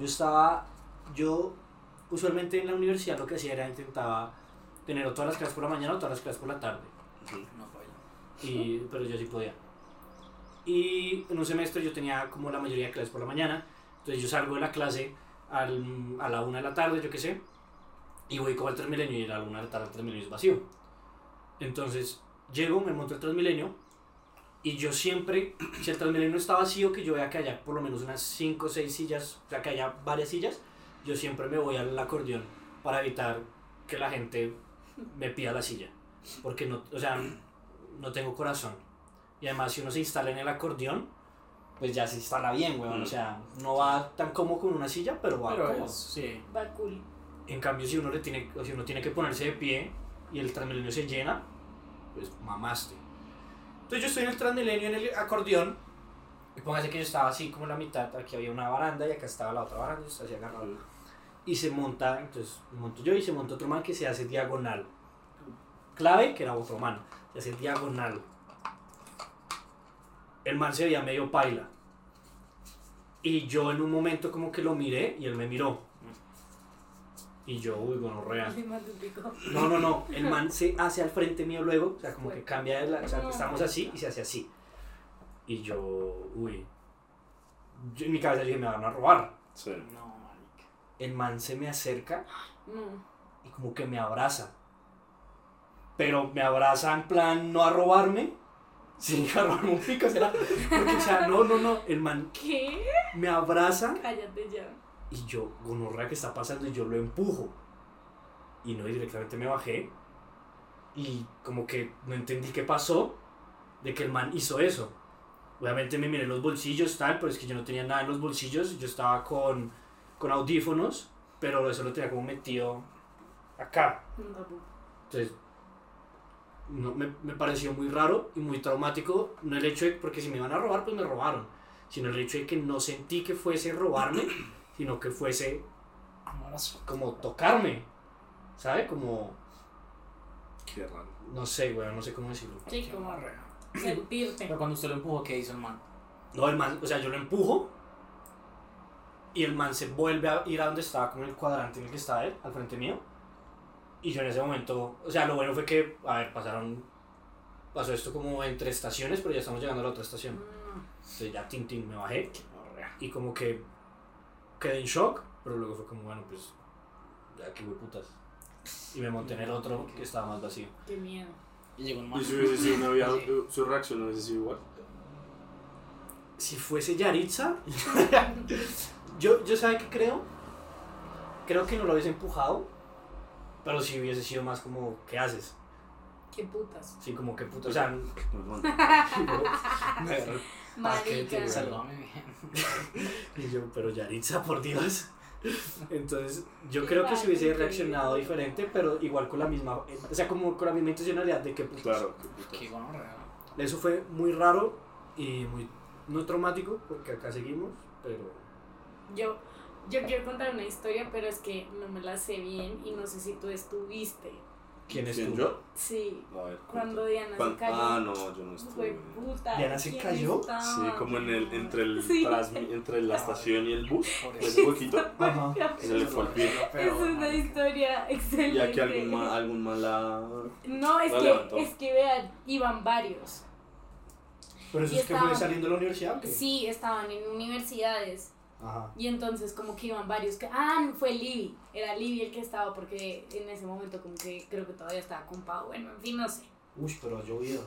S4: Yo estaba, yo usualmente en la universidad lo que hacía era intentaba tener o todas las clases por la mañana o todas las clases por la tarde.
S5: No falla.
S4: y, pero yo sí podía. Y en un semestre yo tenía como la mayoría de clases por la mañana, entonces yo salgo de la clase al- a la una de la tarde, yo qué sé, y voy como al Transmilenio y a la una de la tarde el Transmilenio es vacío. Entonces llego, me monto el Transmilenio y yo siempre, si el Transmilenio está vacío, que yo vea que haya por lo menos unas 5 o 6 sillas, o sea que haya varias sillas, yo siempre me voy al acordeón para evitar que la gente me pida la silla. Porque no, o sea, no tengo corazón. Y además, si uno se instala en el acordeón, pues ya se instala bien, weón.
S2: Mm.
S4: O sea, no va tan cómodo con una silla, pero va
S5: Pero
S4: cómodo.
S5: es- sí.
S6: Va cool.
S4: En cambio, si uno, le tiene, o si uno tiene que ponerse de pie y el transmilenio se llena, pues mamaste. Entonces yo estoy en el transmilenio en el acordeón. Y póngase que yo estaba así como en la mitad. Aquí había una baranda y acá estaba la otra baranda. Yo estaba así agarrado. Y se monta, entonces me monto yo y se monta otro man que se hace diagonal. Clave, que era otro man. Se hace diagonal. El man se veía medio paila. Y yo en un momento como que lo miré y él me miró. Y yo, uy, bueno, real. No, no, no. El man se hace al frente mío luego, o sea, como que cambia de la. O sea, que estamos así y se hace así. Y yo, uy. Yo en mi cabeza dije, me van a robar.
S2: Sí.
S5: No, marica.
S4: El man se me acerca
S6: No.
S4: y como que me abraza. Pero me abraza en plan no a robarme, sin a robarme un pico, será. Porque, o sea, no, no, no. El man
S6: ¿Qué?
S4: me abraza
S6: Cállate ya.
S4: y yo, gonorrea, ¿qué está pasando? Y yo lo empujo. Y no, y directamente me bajé. Y como que no entendí qué pasó de que el man hizo eso. Obviamente me miré los bolsillos, tal, pero es que yo no tenía nada en los bolsillos. Yo estaba con, con audífonos, pero eso lo tenía como metido acá. Entonces, no, me, me pareció muy raro y muy traumático, no el hecho de, porque si me iban a robar, pues me robaron, sino el hecho de que no sentí que fuese robarme, sino que fuese
S5: Un abrazo.
S4: como tocarme, ¿sabe? Como,
S2: Qué raro.
S4: no sé, güey, no sé cómo decirlo.
S6: Sí, como sentirte.
S5: Pero cuando usted lo empujó, ¿qué hizo el man?
S4: No, el man, o sea, yo lo empujo y el man se vuelve a ir a donde estaba, como en el cuadrante en el que estaba él, al frente mío. Y yo en ese momento, o sea, lo bueno fue que, a ver, pasaron, pasó esto como entre estaciones, pero ya estamos llegando a la otra estación.
S6: Mm,
S4: Entonces ya tin tin me bajé y como que quedé en shock, pero luego fue como, bueno, pues ya que voy putas. Y me monté en el otro que estaba más vacío.
S6: Qué miedo.
S5: Y llegó un man.
S2: ¿Y si hubiese sido una vía,
S5: Sí.
S2: su reacción no hubiese sido igual?
S4: Si fuese Yaritza, yo, yo sabe que creo, creo que no lo hubiese empujado, pero si hubiese sido más como, ¿qué haces?
S6: Qué putas.
S4: Sí, como que putas. O sea, me agarró.
S6: Marica.
S4: tiene salud.
S5: Saludame bien.
S4: Y yo, pero Yaritza, por Dios. Entonces, yo
S6: Qué
S4: creo que si hubiese
S6: padre.
S4: reaccionado diferente, pero igual con la misma, o sea, como con la misma intencionalidad de que, putas.
S2: Claro.
S5: Qué gonorrea.
S4: Eso fue muy raro y muy, no traumático, porque acá seguimos, pero
S6: Yo, yo quiero contar una historia, pero es que no me la sé bien y no sé si tú estuviste.
S4: ¿quién es
S2: ¿Quién,
S4: tú?
S2: yo?
S6: Sí,
S2: A ver.
S6: cuando Diana
S2: ¿Cuán-
S6: se cayó.
S2: Ah, no, yo no
S6: Fue
S2: estuve.
S6: puta.
S4: ¿Diana se
S6: ¿quién
S4: cayó?
S6: estaba?
S2: Sí, como en el, entre, el
S6: Ah. Sí.
S2: transmi- entre la estación y el bus,
S5: Por
S2: pues un poquito,
S4: Ajá.
S2: se le fue al pie.
S6: Es una historia excelente.
S2: Y aquí algún mal, algún mala...
S6: No, es
S2: La levantó.
S6: que, es que vean, iban varios.
S4: Pero eso
S6: Y
S4: es que fue
S6: estaba-
S4: saliendo de la universidad. ¿o qué?
S6: Sí, estaban en universidades.
S4: Ajá.
S6: Y entonces como que iban varios que... Ah, fue Libby. Era Libby el que estaba porque en ese momento como que creo que todavía estaba con Pau. Bueno, en fin, no sé.
S4: Uy, pero ha llovido.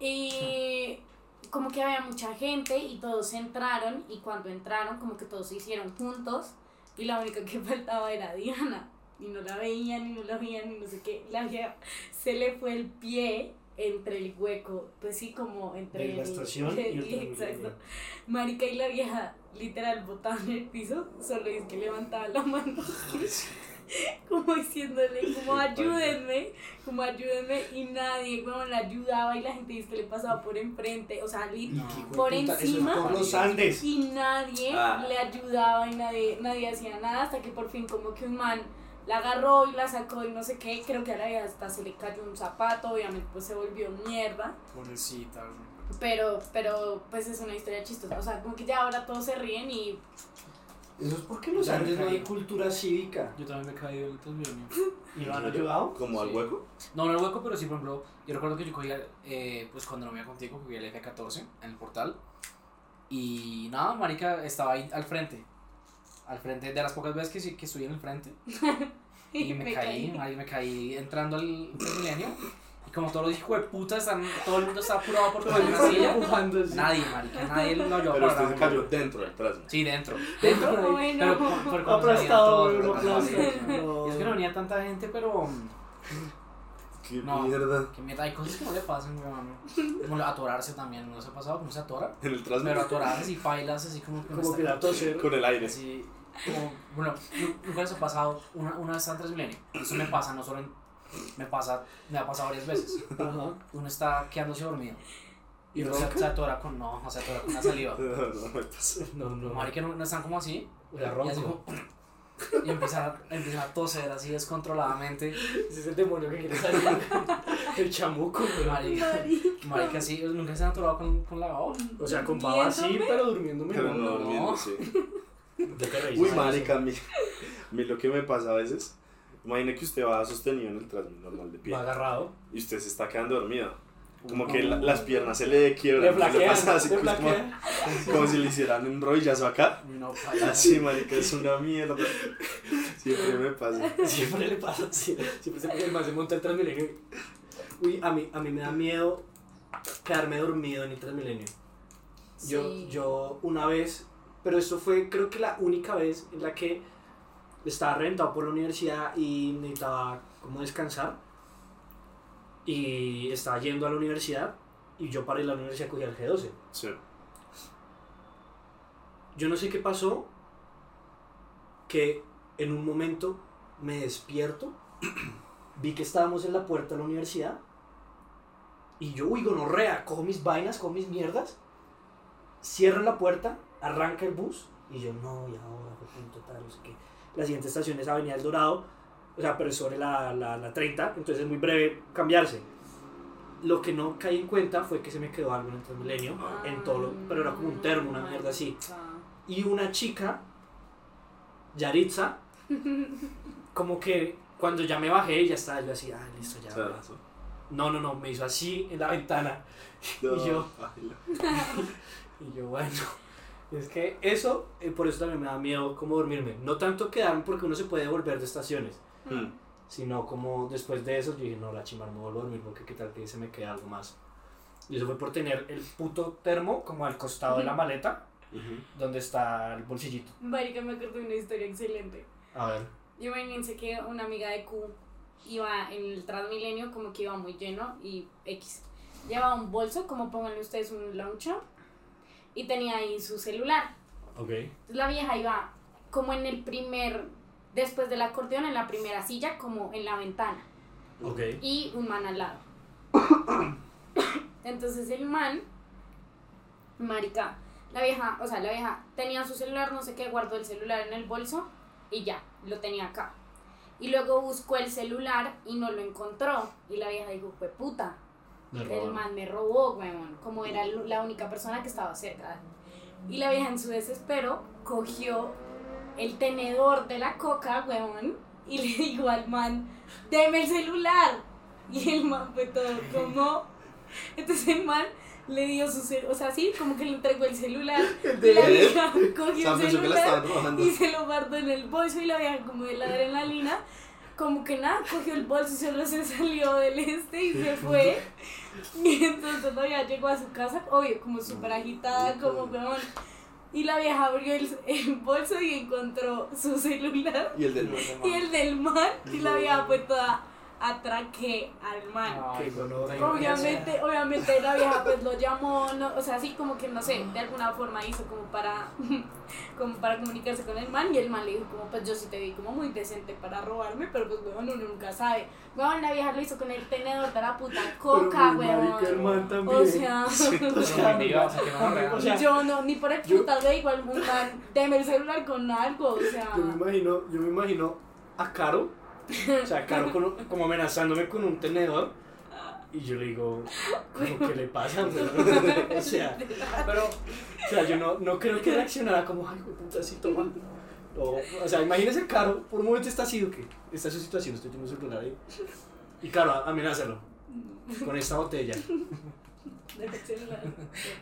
S6: Y Eh, como que había mucha gente y todos entraron y cuando entraron como que todos se hicieron juntos y la única que faltaba era Diana. Y no la veían y no la veían y no sé qué. La vieja se le fue el pie entre el hueco. Pues sí, como entre...
S4: De la
S6: el-
S4: estación y el
S6: Exacto. Marica y la vieja literal botaba en el piso, solo es que levantaba la mano, como diciéndole, como ayúdenme, como ayúdenme, y nadie, bueno, la ayudaba y la gente dice que le pasaba por enfrente, o sea, lit-
S5: No.
S6: por encima.
S4: Por los Andes.
S6: y nadie
S2: Ah.
S6: le ayudaba y nadie, nadie hacía nada, hasta que por fin como que un man la agarró y la sacó y no sé qué, creo que a la vieja hasta se le cayó un zapato, obviamente pues se volvió mierda.
S5: Pobrecita. güey.
S6: Pero, pero, pues es una historia chistosa. O sea, como que ya ahora todos se ríen y
S4: Eso es porque en los Andes no hay cultura cívica.
S5: Yo también me he caído en el violentos.
S4: ¿Y lo han ayudado?
S2: ¿Como al
S5: Sí.
S2: hueco?
S5: No, no el hueco, pero sí, por ejemplo, yo recuerdo que yo cogía, eh, pues cuando no me iba contigo, cogía el F14 en el portal. Y nada, marica, estaba ahí al frente. Al frente, de las pocas veces que, sí- que estuve en el frente. Y me, caí, marica, me caí entrando al milenio. Y como todos los hijos de puta están, todo el mundo está apurado por coger una silla. Nadie, marica, nadie lo ayudó para
S2: Pero usted
S5: nada.
S2: se cayó dentro del transmi.
S5: Sí, dentro. Dentro,
S6: Bueno.
S5: pero por, por cuando
S4: Aplastado,
S5: salían
S4: güey,
S5: todos, por cuando
S4: aplastado.
S5: salían. Y es que no venía tanta gente, pero... mm,
S2: ¡Qué
S5: No.
S2: mierda!
S5: Que mierda, hay cosas que no le pasan, weón. Como lo- atorarse también, ¿no se ha pasado? ¿Cómo se atora?
S2: En el transmi,
S5: Pero atorarse y bailas así como que...
S4: Como que la toser.
S2: con el aire.
S5: Así, como, bueno, nu- nunca les ha pasado una, una vez en Transmilenio. Eso me pasa, no solo en- Me pasa, me ha pasado varias veces.
S4: Ajá.
S5: Uno está quedándose dormido. Y
S4: ¿Y
S5: uno se,
S4: ronca?
S5: se atora con... No, se atora con la saliva.
S2: No me pasa.
S4: No, no.
S5: Marica, no, no están como así.
S4: La
S5: Y así
S4: ronco.
S5: como... Y empiezan a, empiezan a toser así descontroladamente.
S4: Ese es el demonio que quiere salir. El chamuco, güey.
S5: Marica.
S6: Marica.
S5: Marica, sí, nunca se han atorado con, con la baba.
S4: O sea, con baba sí,
S6: ¿Durmiéndome?
S4: pero durmiéndome
S2: Pero no durmiendo, sí. Uy, marica, a mí, a mí lo que me pasa a veces, imagina que usted va sostenido en el transmit normal de pie
S4: Me ha agarrado.
S2: y usted se está quedando dormido. Como que la- las piernas se le quiebran,
S4: Le
S2: se le
S4: flaquean,
S2: pasa así
S4: le
S2: como,
S4: flaquean.
S2: como si le hicieran un rodillazo acá.
S5: Uy, no, paila.
S2: Así, marica, es una mierda. Siempre me pasa.
S4: Siempre le pasa así. Siempre se, el man se monta el Transmilenio. y- Uy, a mí, a mí me da miedo quedarme dormido en el Transmilenio. Yo,
S6: Sí.
S4: yo una vez, pero esto fue creo que la única vez en la que estaba rentado por la universidad y necesitaba como descansar. Y estaba yendo a la universidad y yo para ir a la universidad cogí el G12.
S2: Sí.
S4: Yo no sé qué pasó, que en un momento me despierto, vi que estábamos en la puerta de la universidad y yo, uy, gonorrea, cojo mis vainas, cojo mis mierdas, cierran la puerta, arranca el bus y yo, no, y ahora, qué punto tal, no sé qué. La siguiente estación es Avenida El Dorado, o sea, pero es sobre la, la, la 30, entonces es muy breve cambiarse. Lo que no caí en cuenta fue que se me quedó algo en el Transmilenio, en todo, lo- pero era como un termo, una mierda así y una chica, Yaritza, como que cuando ya me bajé, ya estaba yo así, ah, listo, ya.
S2: Claro.
S4: No, no, no, me hizo así en la ventana. Y yo.
S2: Ay, la-
S4: Y yo, bueno, es que eso, eh, por eso también me da miedo como dormirme. No tanto quedarme porque uno se puede volver de estaciones,
S2: Mm.
S4: sino como después de eso yo dije, no, la chimar, me vuelvo a dormir porque qué tal que se me queda algo más. Y eso fue por tener el puto termo como al costado de la maleta,
S2: Ujú.
S4: donde está el bolsillito.
S6: Marica, me acuerdo de una historia excelente.
S4: A ver.
S6: Yo me pensé que una amiga de Q iba en el Transmilenio como que iba muy lleno y X. Llevaba un bolso, como pónganle ustedes un launcher, y tenía ahí su celular.
S4: Ok.
S6: Entonces la vieja iba como en el primer, después del acordeón, en la primera silla, como en la ventana,
S4: Ok.
S6: y un man al lado. Entonces el man, marica, la vieja, o sea, la vieja tenía su celular, no sé qué, guardó el celular en el bolso y ya, lo tenía acá. Y luego buscó el celular y no lo encontró. Y la vieja dijo, fue puta,
S4: Me
S6: el
S4: robaron.
S6: man me robó, weón. Como era lu- la única persona que estaba cerca. Y la vieja en su desespero cogió el tenedor de la coca, weón, y le dijo al man, deme el celular. Y el man fue todo como... Entonces el man le dio su celular, o sea, sí, como que le entregó el celular. Y la vieja
S2: O
S6: cogió
S2: sea,
S6: el
S2: pensó que la
S6: celular
S2: estaban robando.
S6: y se lo guardó en el bolso y la vieja como de la adrenalina, como que nada, cogió el bolso y solo se salió del este y se fue. Y entonces la vieja llegó a su casa, obvio, como súper agitada, como weón. Y la vieja abrió el, el bolso y encontró su celular
S2: Y el del nuevo.
S6: y el del man. Y la vieja fue toda atraqué al man.
S5: Ay,
S4: Qué dolor.
S5: qué
S6: Obviamente, obviamente la vieja pues lo llamó, no, o sea, así como que no sé, de alguna forma hizo como para como para comunicarse con el man y el man le dijo como pues yo sí te vi como muy decente para robarme, pero pues weón uno nunca sabe. Weón, la vieja lo hizo con el tenedor de la puta coca,
S4: pues,
S6: weón. O sea,
S5: O sea, amiga, o sea, que no me
S4: O
S5: regalan.
S4: sea,
S6: yo no, ni por el puta de igual un man deme el celular con algo, o sea.
S4: yo me imagino, yo me imagino a Caro, o sea, a Caro con- como amenazándome con un tenedor y yo le digo, como, ¿qué le pasa? weón?" o sea, pero, o sea, yo no, no creo que reaccionara como, ay, hijo de puta, sí, toma. O, o sea, imagínese a Caro, por un momento está así, ¿o qué? Está en su situación, estoy teniendo un celular ahí. Y Caro, "Ah, amenázalo con esta botella.
S6: Deme el celular.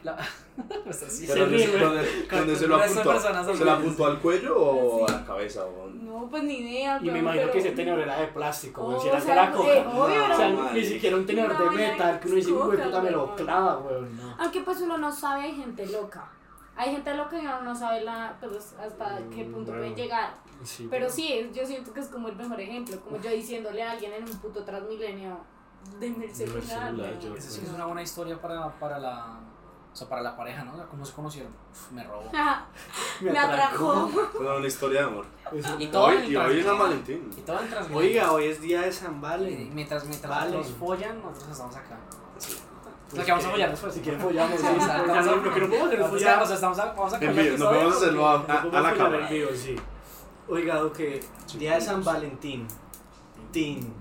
S5: O sea, sí,
S2: Pero
S5: sí,
S2: ¿dónde-
S5: güey.
S2: dónde- dónde se lo
S5: Con esa
S2: apuntó?
S5: persona
S2: ¿Se lo
S5: sonriente.
S2: apuntó al cuello o
S6: Sí.
S2: a la cabeza? O...
S6: No, pues ni idea,
S4: Y me
S6: weón,
S4: imagino que
S6: pero-
S4: ese tenedor era de plástico,
S6: Oh,
S4: como si era
S6: o
S4: de
S6: sea,
S4: la
S6: eh,
S4: coca.
S6: obvio,
S4: O sea,
S2: no,
S4: ni
S2: madre.
S4: siquiera un tenedor
S6: No,
S4: de
S6: era
S4: metal que uno dice, güey,
S6: coca,
S4: puta, me lo
S6: weón".
S4: clava, weón. No.
S6: Aunque pues uno no sabe, hay gente loca. Hay gente loca y uno no sabe la, pues, hasta qué punto
S4: Mm, bueno.
S6: puede llegar.
S4: Sí,
S6: Pero sí, yo siento que es como el mejor ejemplo. Como yo diciéndole a alguien en un puto transmilenio, deme el
S4: Deme el
S6: celular.
S4: celular,
S6: ¿no?
S4: yo- pues.
S5: Esa sí es una buena historia para, para la. O sea, para la pareja, ¿no? O sea, ¿Cómo se conocieron? Uf, me robó.
S6: Me atracó.
S2: Toda una historia de amor.
S5: Y todo
S2: Hoy,
S5: en
S2: y hoy es San
S5: Transmilenio.
S2: Valentín.
S5: Y todo en Transmilenio.
S4: Oiga, hoy es día de San
S5: Y
S4: Valen.
S5: Mientras, mientras
S4: Vale.
S5: otros follan, nosotros estamos acá. O sea,
S4: Pues
S5: que vamos a
S4: que-
S5: follar después.
S4: Si quieren follamos, sí,
S5: O sea,
S4: porque ya no- porque no podemos que nos
S5: Vamos a- o
S4: follamos.
S5: sea, estamos a- vamos a
S2: En
S5: colgar
S2: vivo,
S5: que
S2: nos vamos a
S5: sabe,
S2: hacerlo a,
S4: No
S2: a- a
S4: podemos
S2: la
S4: follar en
S2: cámara. pues.
S4: vivo, sí. Oiga, ok. Día de San Valentín. Tin.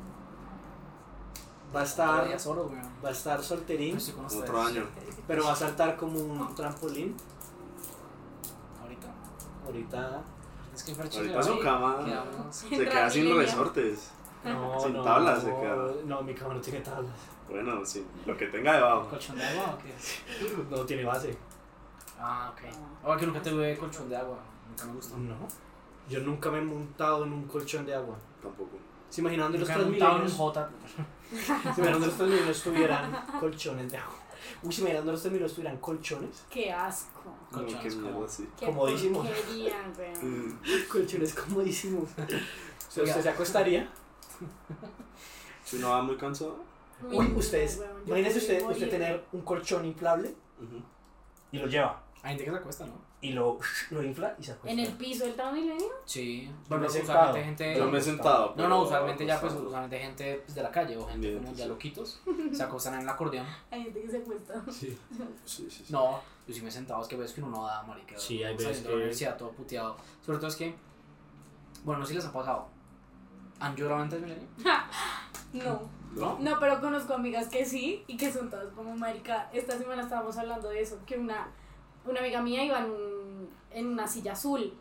S4: Va
S5: Otro
S4: a estar,
S5: día solo, weón.
S4: va a estar solterín,
S5: No estoy con ustedes.
S2: Otro año.
S4: pero va a saltar como un trampolín.
S5: Ahorita.
S4: Ahorita.
S5: Es que Ferchi
S2: Ahorita su cama
S5: Quedamos.
S2: se queda sin
S6: Milenio.
S2: resortes.
S4: No,
S2: Sin
S4: no,
S2: tablas se
S4: no,
S2: queda.
S4: No, mi cama no tiene tablas.
S2: Bueno, sí, lo que tenga debajo.
S5: ¿Colchón de agua o qué?
S4: No tiene base.
S5: Ah, ok. Ahora que nunca tuve colchón de agua. Nunca me gustó.
S4: No. Yo nunca me he montado en un colchón de agua.
S2: Tampoco.
S4: ¿Se imaginan de los
S5: Nunca he montado en un
S4: transmilenios?
S5: J.
S4: Si mirando los transmilenios tuvieran colchones de agua. Uy, si mirando los transmilenios tuvieran colchones.
S6: Qué asco.
S2: No,
S5: Colchones,
S2: qué mierda,
S5: como-
S2: sí.
S6: Qué
S4: Comodísimo.
S6: porquería, weón.
S2: Mm,
S4: Colchones comodísimos. O sea,
S5: Oiga.
S4: usted se acostaría.
S2: Si uno va muy cansado.
S6: Uy,
S4: Uy,
S6: no,
S4: ustedes.
S6: weón, yo
S4: Imagínense
S6: quiero
S4: usted, usted
S6: morir.
S4: tener un colchón inflable
S2: ujú.
S4: y lo lleva.
S5: Hay gente que se acuesta, ¿no?
S4: Y lo, lo infla y se acuesta.
S6: ¿En el piso del Transmilenio?
S5: Sí.
S4: Yo me he
S5: Usualmente
S4: sentado.
S5: gente.
S2: Yo me he sentado.
S5: Eh, pues, No, no,
S2: pero-
S5: usualmente ya, pues, usualmente gente pues, de la calle o gente
S2: Bien,
S5: como
S2: sí.
S5: ya loquitos se acostan en el acordeón.
S6: Hay gente que se acuesta.
S4: Sí.
S2: Sí, sí, sí.
S5: No, yo sí me he sentado, es que ves que uno no da, marica.
S4: Sí, hay
S5: Uno
S4: veces
S5: saliendo de la
S4: que-
S5: universidad todo puteado. Sobre todo es que, bueno, no sé si les ha pasado. ¿Han llorado antes, Milenio?
S6: No.
S2: No.
S6: No, pero conozco amigas que sí y que son todas como marica. Esta semana estábamos hablando de eso, que una, una amiga mía iba en, un- en una silla azul.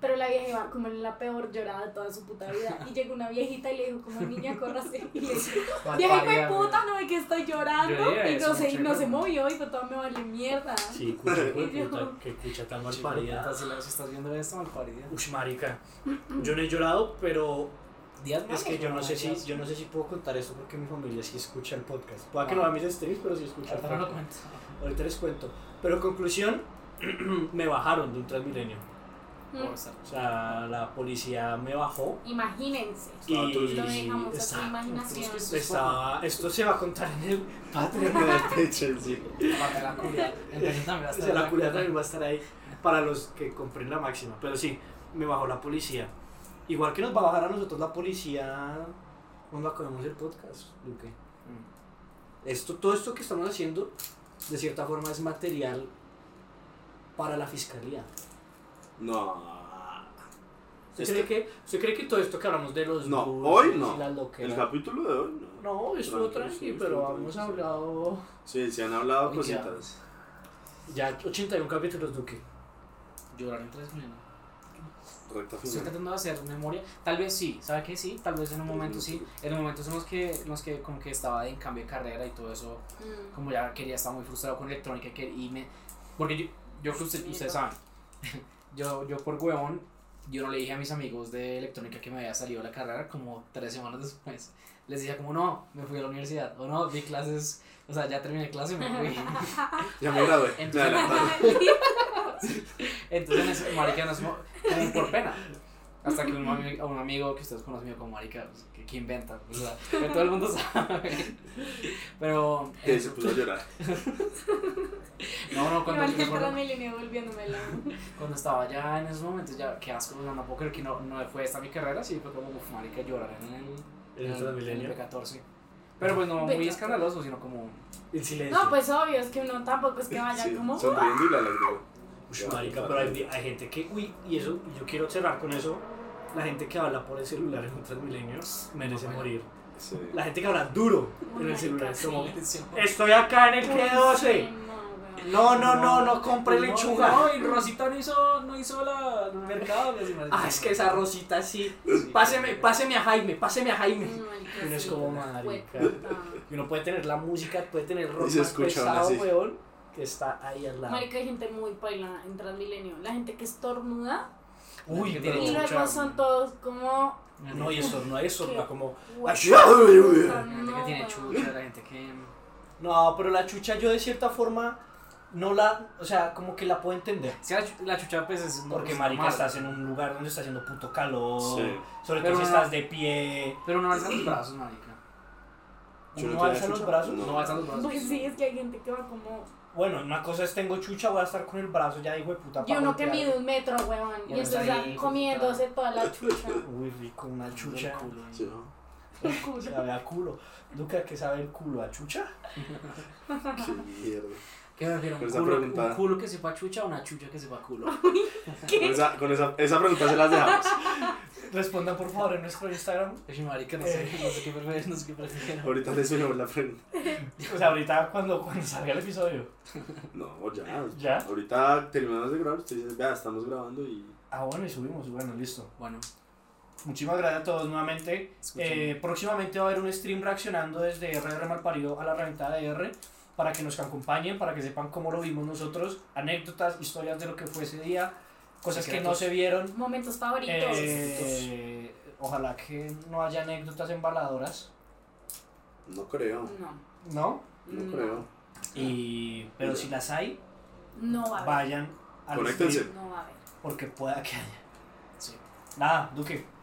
S6: Pero la vieja iba como en la peor llorada de toda su puta vida. Y llegó una viejita y le dijo como niña, córrase. Y le dijo, vieja hijo de puta, no ve que estoy
S5: Yo
S6: llorando.
S5: diría
S6: Y
S5: eso,
S6: no se, y
S5: mucho
S6: no se
S5: broma.
S6: movió y pues todo me vale mierda.
S4: Sí, cucha,
S6: Yo-
S4: puta, que cucha tan mal
S5: Chico,
S4: parida.
S5: puta, Si la- si estás viendo esto, mal parida.
S4: Uy, marica. Yo no he llorado, pero
S5: Días
S4: Es
S5: malos,
S4: que yo no sé si
S5: días-
S4: yo no sé si puedo contar eso porque mi familia sí escucha el podcast. Pueda que no a mis streams, pero sí escucha el
S5: Ahorita no lo
S4: podcast.
S5: cuento.
S4: Ahorita les cuento. Pero conclusión, me bajaron de un Transmilenio.
S5: Por
S6: Mm.
S5: estar-
S4: O sea, la policía me bajó
S6: Imagínense.
S2: Nosotros
S4: y
S6: Lo dejamos a su
S4: está-
S6: imaginación.
S5: es que-
S4: estaba esto se va a contar en el Patreon.
S2: De hecho, sí.
S5: Aparte la curia. Entonces también va a
S4: O
S5: estar
S4: sea, la curia
S5: curia.
S4: también va a estar ahí para los que compren la máxima. Pero sí, me bajó la policía. Igual que nos va a bajar a nosotros la policía cuando acabemos el podcast, Luque.
S5: Mm.
S4: Esto, todo esto que estamos haciendo, de cierta forma, es material para la fiscalía.
S2: No.
S4: ¿Usted,
S2: Este-
S4: cree, que, ¿usted cree que todo esto que hablamos de los
S2: No,
S4: dulces
S2: hoy no.
S4: y las
S2: El
S4: loqueras-
S2: capítulo de hoy, no.
S4: No, estuvo
S2: Tranquilo,
S4: tranqui,
S2: sí,
S4: pero
S2: estuvo
S4: hemos
S2: tranqui, sí.
S4: hablado
S2: Sí, se han hablado
S5: Uy, ya.
S2: cositas.
S4: ya 81 capítulos, Duque.
S5: Llorar en Transmilenio.
S2: Recta
S5: Estoy
S2: final.
S5: tratando de hacer memoria. Tal vez sí, ¿sabe qué? Sí, tal vez en un momento sí. En los momentos en los que, en los que como que estaba en cambio de carrera y todo eso,
S6: Mm.
S5: como ya quería, estaba muy frustrado con electrónica que, y me... Porque yo, yo que usted- ustedes saben, yo, yo por huevón, yo no le dije a mis amigos de electrónica que me había salido la carrera como tres semanas después. Les decía como, no, me fui a la universidad, o no, di clases, o sea, ya terminé clase y me fui.
S2: Ya me gradué. Me
S5: Entonces-
S2: adelantaron.
S5: Entonces, en ese- marica, no es mo- como por pena. Hasta que un, ami- a un amigo que ustedes conocen como marica, pues, que, que inventa, o sea, que todo el mundo sabe. Pero, eh,
S2: Que se puso a llorar.
S5: no, no,
S6: Me
S5: cuando,
S6: vale el
S5: cuando,
S6: Transmilenio volviéndome la.
S5: cuando estaba ya en esos momentos, ya, qué asco, o sea, no puedo creer que no, no fue esta mi carrera, sí, fue como, uff, marica, llorar en el,
S4: En el Transmilenio.
S5: B14. Pero pues no muy
S6: B14.
S5: escandaloso, sino como,
S4: El silencio.
S6: No, pues obvio, es que uno tampoco es que vaya
S2: Sí,
S6: como.
S2: sonriendo y la alegría.
S4: Ush, marica, pero hay, hay gente que, uy, y eso, yo quiero cerrar con eso. La gente que habla por el celular en un Transmilenio merece
S5: Bueno.
S4: morir.
S2: Sí.
S4: La gente que habla duro en el
S6: Marica,
S4: celular es como,
S6: sí.
S4: estoy acá en el
S6: Ay,
S4: G12.
S6: no,
S4: No, no, no, no compre
S5: No,
S4: lechuga.
S5: No, y Rosita no hizo, no hizo la, el mercado. que se me-
S4: Ah, es que esa rosita sí. Páseme, páseme a Jaime, páseme a Jaime.
S6: weón. Marica,
S4: Uno es
S6: sí,
S4: como,
S6: puta.
S4: marica. Y uno puede tener la música, puede tener rock
S2: Y se
S4: más
S2: escucha aún
S4: pesado,
S2: así.
S4: weón, que está ahí al lado.
S6: Marica, hay gente muy paila en Transmilenio. La gente que estornuda
S5: Uy,
S4: Uy,
S5: pero-
S6: y
S4: pero...
S5: la-
S6: luego son todos como.
S4: No, y eso, no, eso, no, como...
S6: "What
S4: Ay,
S6: the
S2: uy, uy,
S6: fuck?"
S5: La gente que
S6: No,
S5: tiene
S6: weón.
S5: chucha, la gente que.
S4: No, pero la chucha yo de cierta forma no la, o sea, como que la puedo entender.
S5: Sí, la, chu- la chucha, pues es.
S4: Porque
S5: es
S4: marica
S5: normal.
S4: estás en un lugar donde está haciendo puto calor,
S2: Sí.
S4: sobre
S5: Pero
S4: todo si
S5: no-
S4: estás de pie.
S5: Pero no alzan los brazos, marica.
S2: Yo no
S4: ¿Uno
S2: tenía
S4: alza los
S2: chucha.
S4: brazos?
S2: No.
S5: No alzan los brazos.
S6: Pues sí, es que hay gente que va como.
S4: Bueno, una cosa es tengo chucha, voy a estar con el brazo ya, hijo de puta.
S6: Y
S4: pa'
S6: uno que
S4: golpear.
S6: mide un metro, weón.
S5: Y
S6: Y
S5: uno está
S6: entonces
S5: ahí,
S6: ya comiéndose toda la chucha.
S4: Uy, rico, una chucha.
S5: Del culo,
S2: Sí,
S5: ¿no?
S2: ¿no?
S6: El culo.
S4: Sabe a culo. Duca, ¿qué sabe el culo? ¿A chucha?
S2: Qué mierda.
S5: ¿Qué prefiero?
S2: Pero
S5: ¿Un
S2: esa
S5: culo,
S2: pregunta-
S5: ¿Un culo que sepa chucha o una chucha que sepa culo?
S2: Con esa, con esa, esa pregunta se las dejamos.
S4: Respondan por favor en nuestro Instagram.
S5: Oye, marica, no sé, no sé qué prefiero, no sé qué prefiero.
S2: Ahorita les subimos la pregunta.
S4: O sea, ahorita cuando, cuando salga el episodio.
S2: No, ya.
S4: ¿Ya?
S2: Ahorita terminamos de grabar, usted dice, vea, estamos grabando y
S4: Ah, bueno, y subimos. Bueno, listo.
S5: Bueno,
S4: Muchísimas gracias a todos nuevamente.
S5: Escúchame.
S4: Eh, próximamente va a haber un stream reaccionando desde RR Malparido a la reventada de R para que nos acompañen, para que sepan cómo lo vimos nosotros, anécdotas, historias de lo que fue ese día, cosas que no
S5: Secretos.
S4: se vieron.
S6: Momentos favoritos.
S4: Eh, ojalá que no haya anécdotas embaladoras,
S2: no creo.
S6: no.
S4: ¿no?
S2: No creo.
S4: Y, pero si las hay,
S6: No va a haber.
S4: vayan al
S2: Conéctense.
S4: stream
S6: No va a haber.
S4: porque pueda que haya.
S5: sí.
S4: Nada, Duque.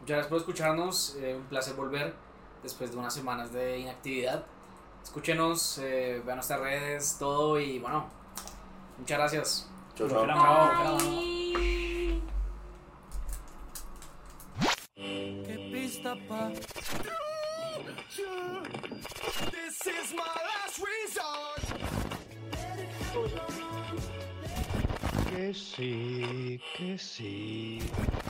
S5: Muchas gracias por escucharnos. eh, un placer volver después de unas semanas de inactividad. Escúchenos, eh, vean nuestras redes, todo y bueno, muchas gracias.
S2: Chao,
S4: Lo
S2: chao.
S4: queramos.
S5: Bravo,
S6: Bye.
S3: Que sí, que sí.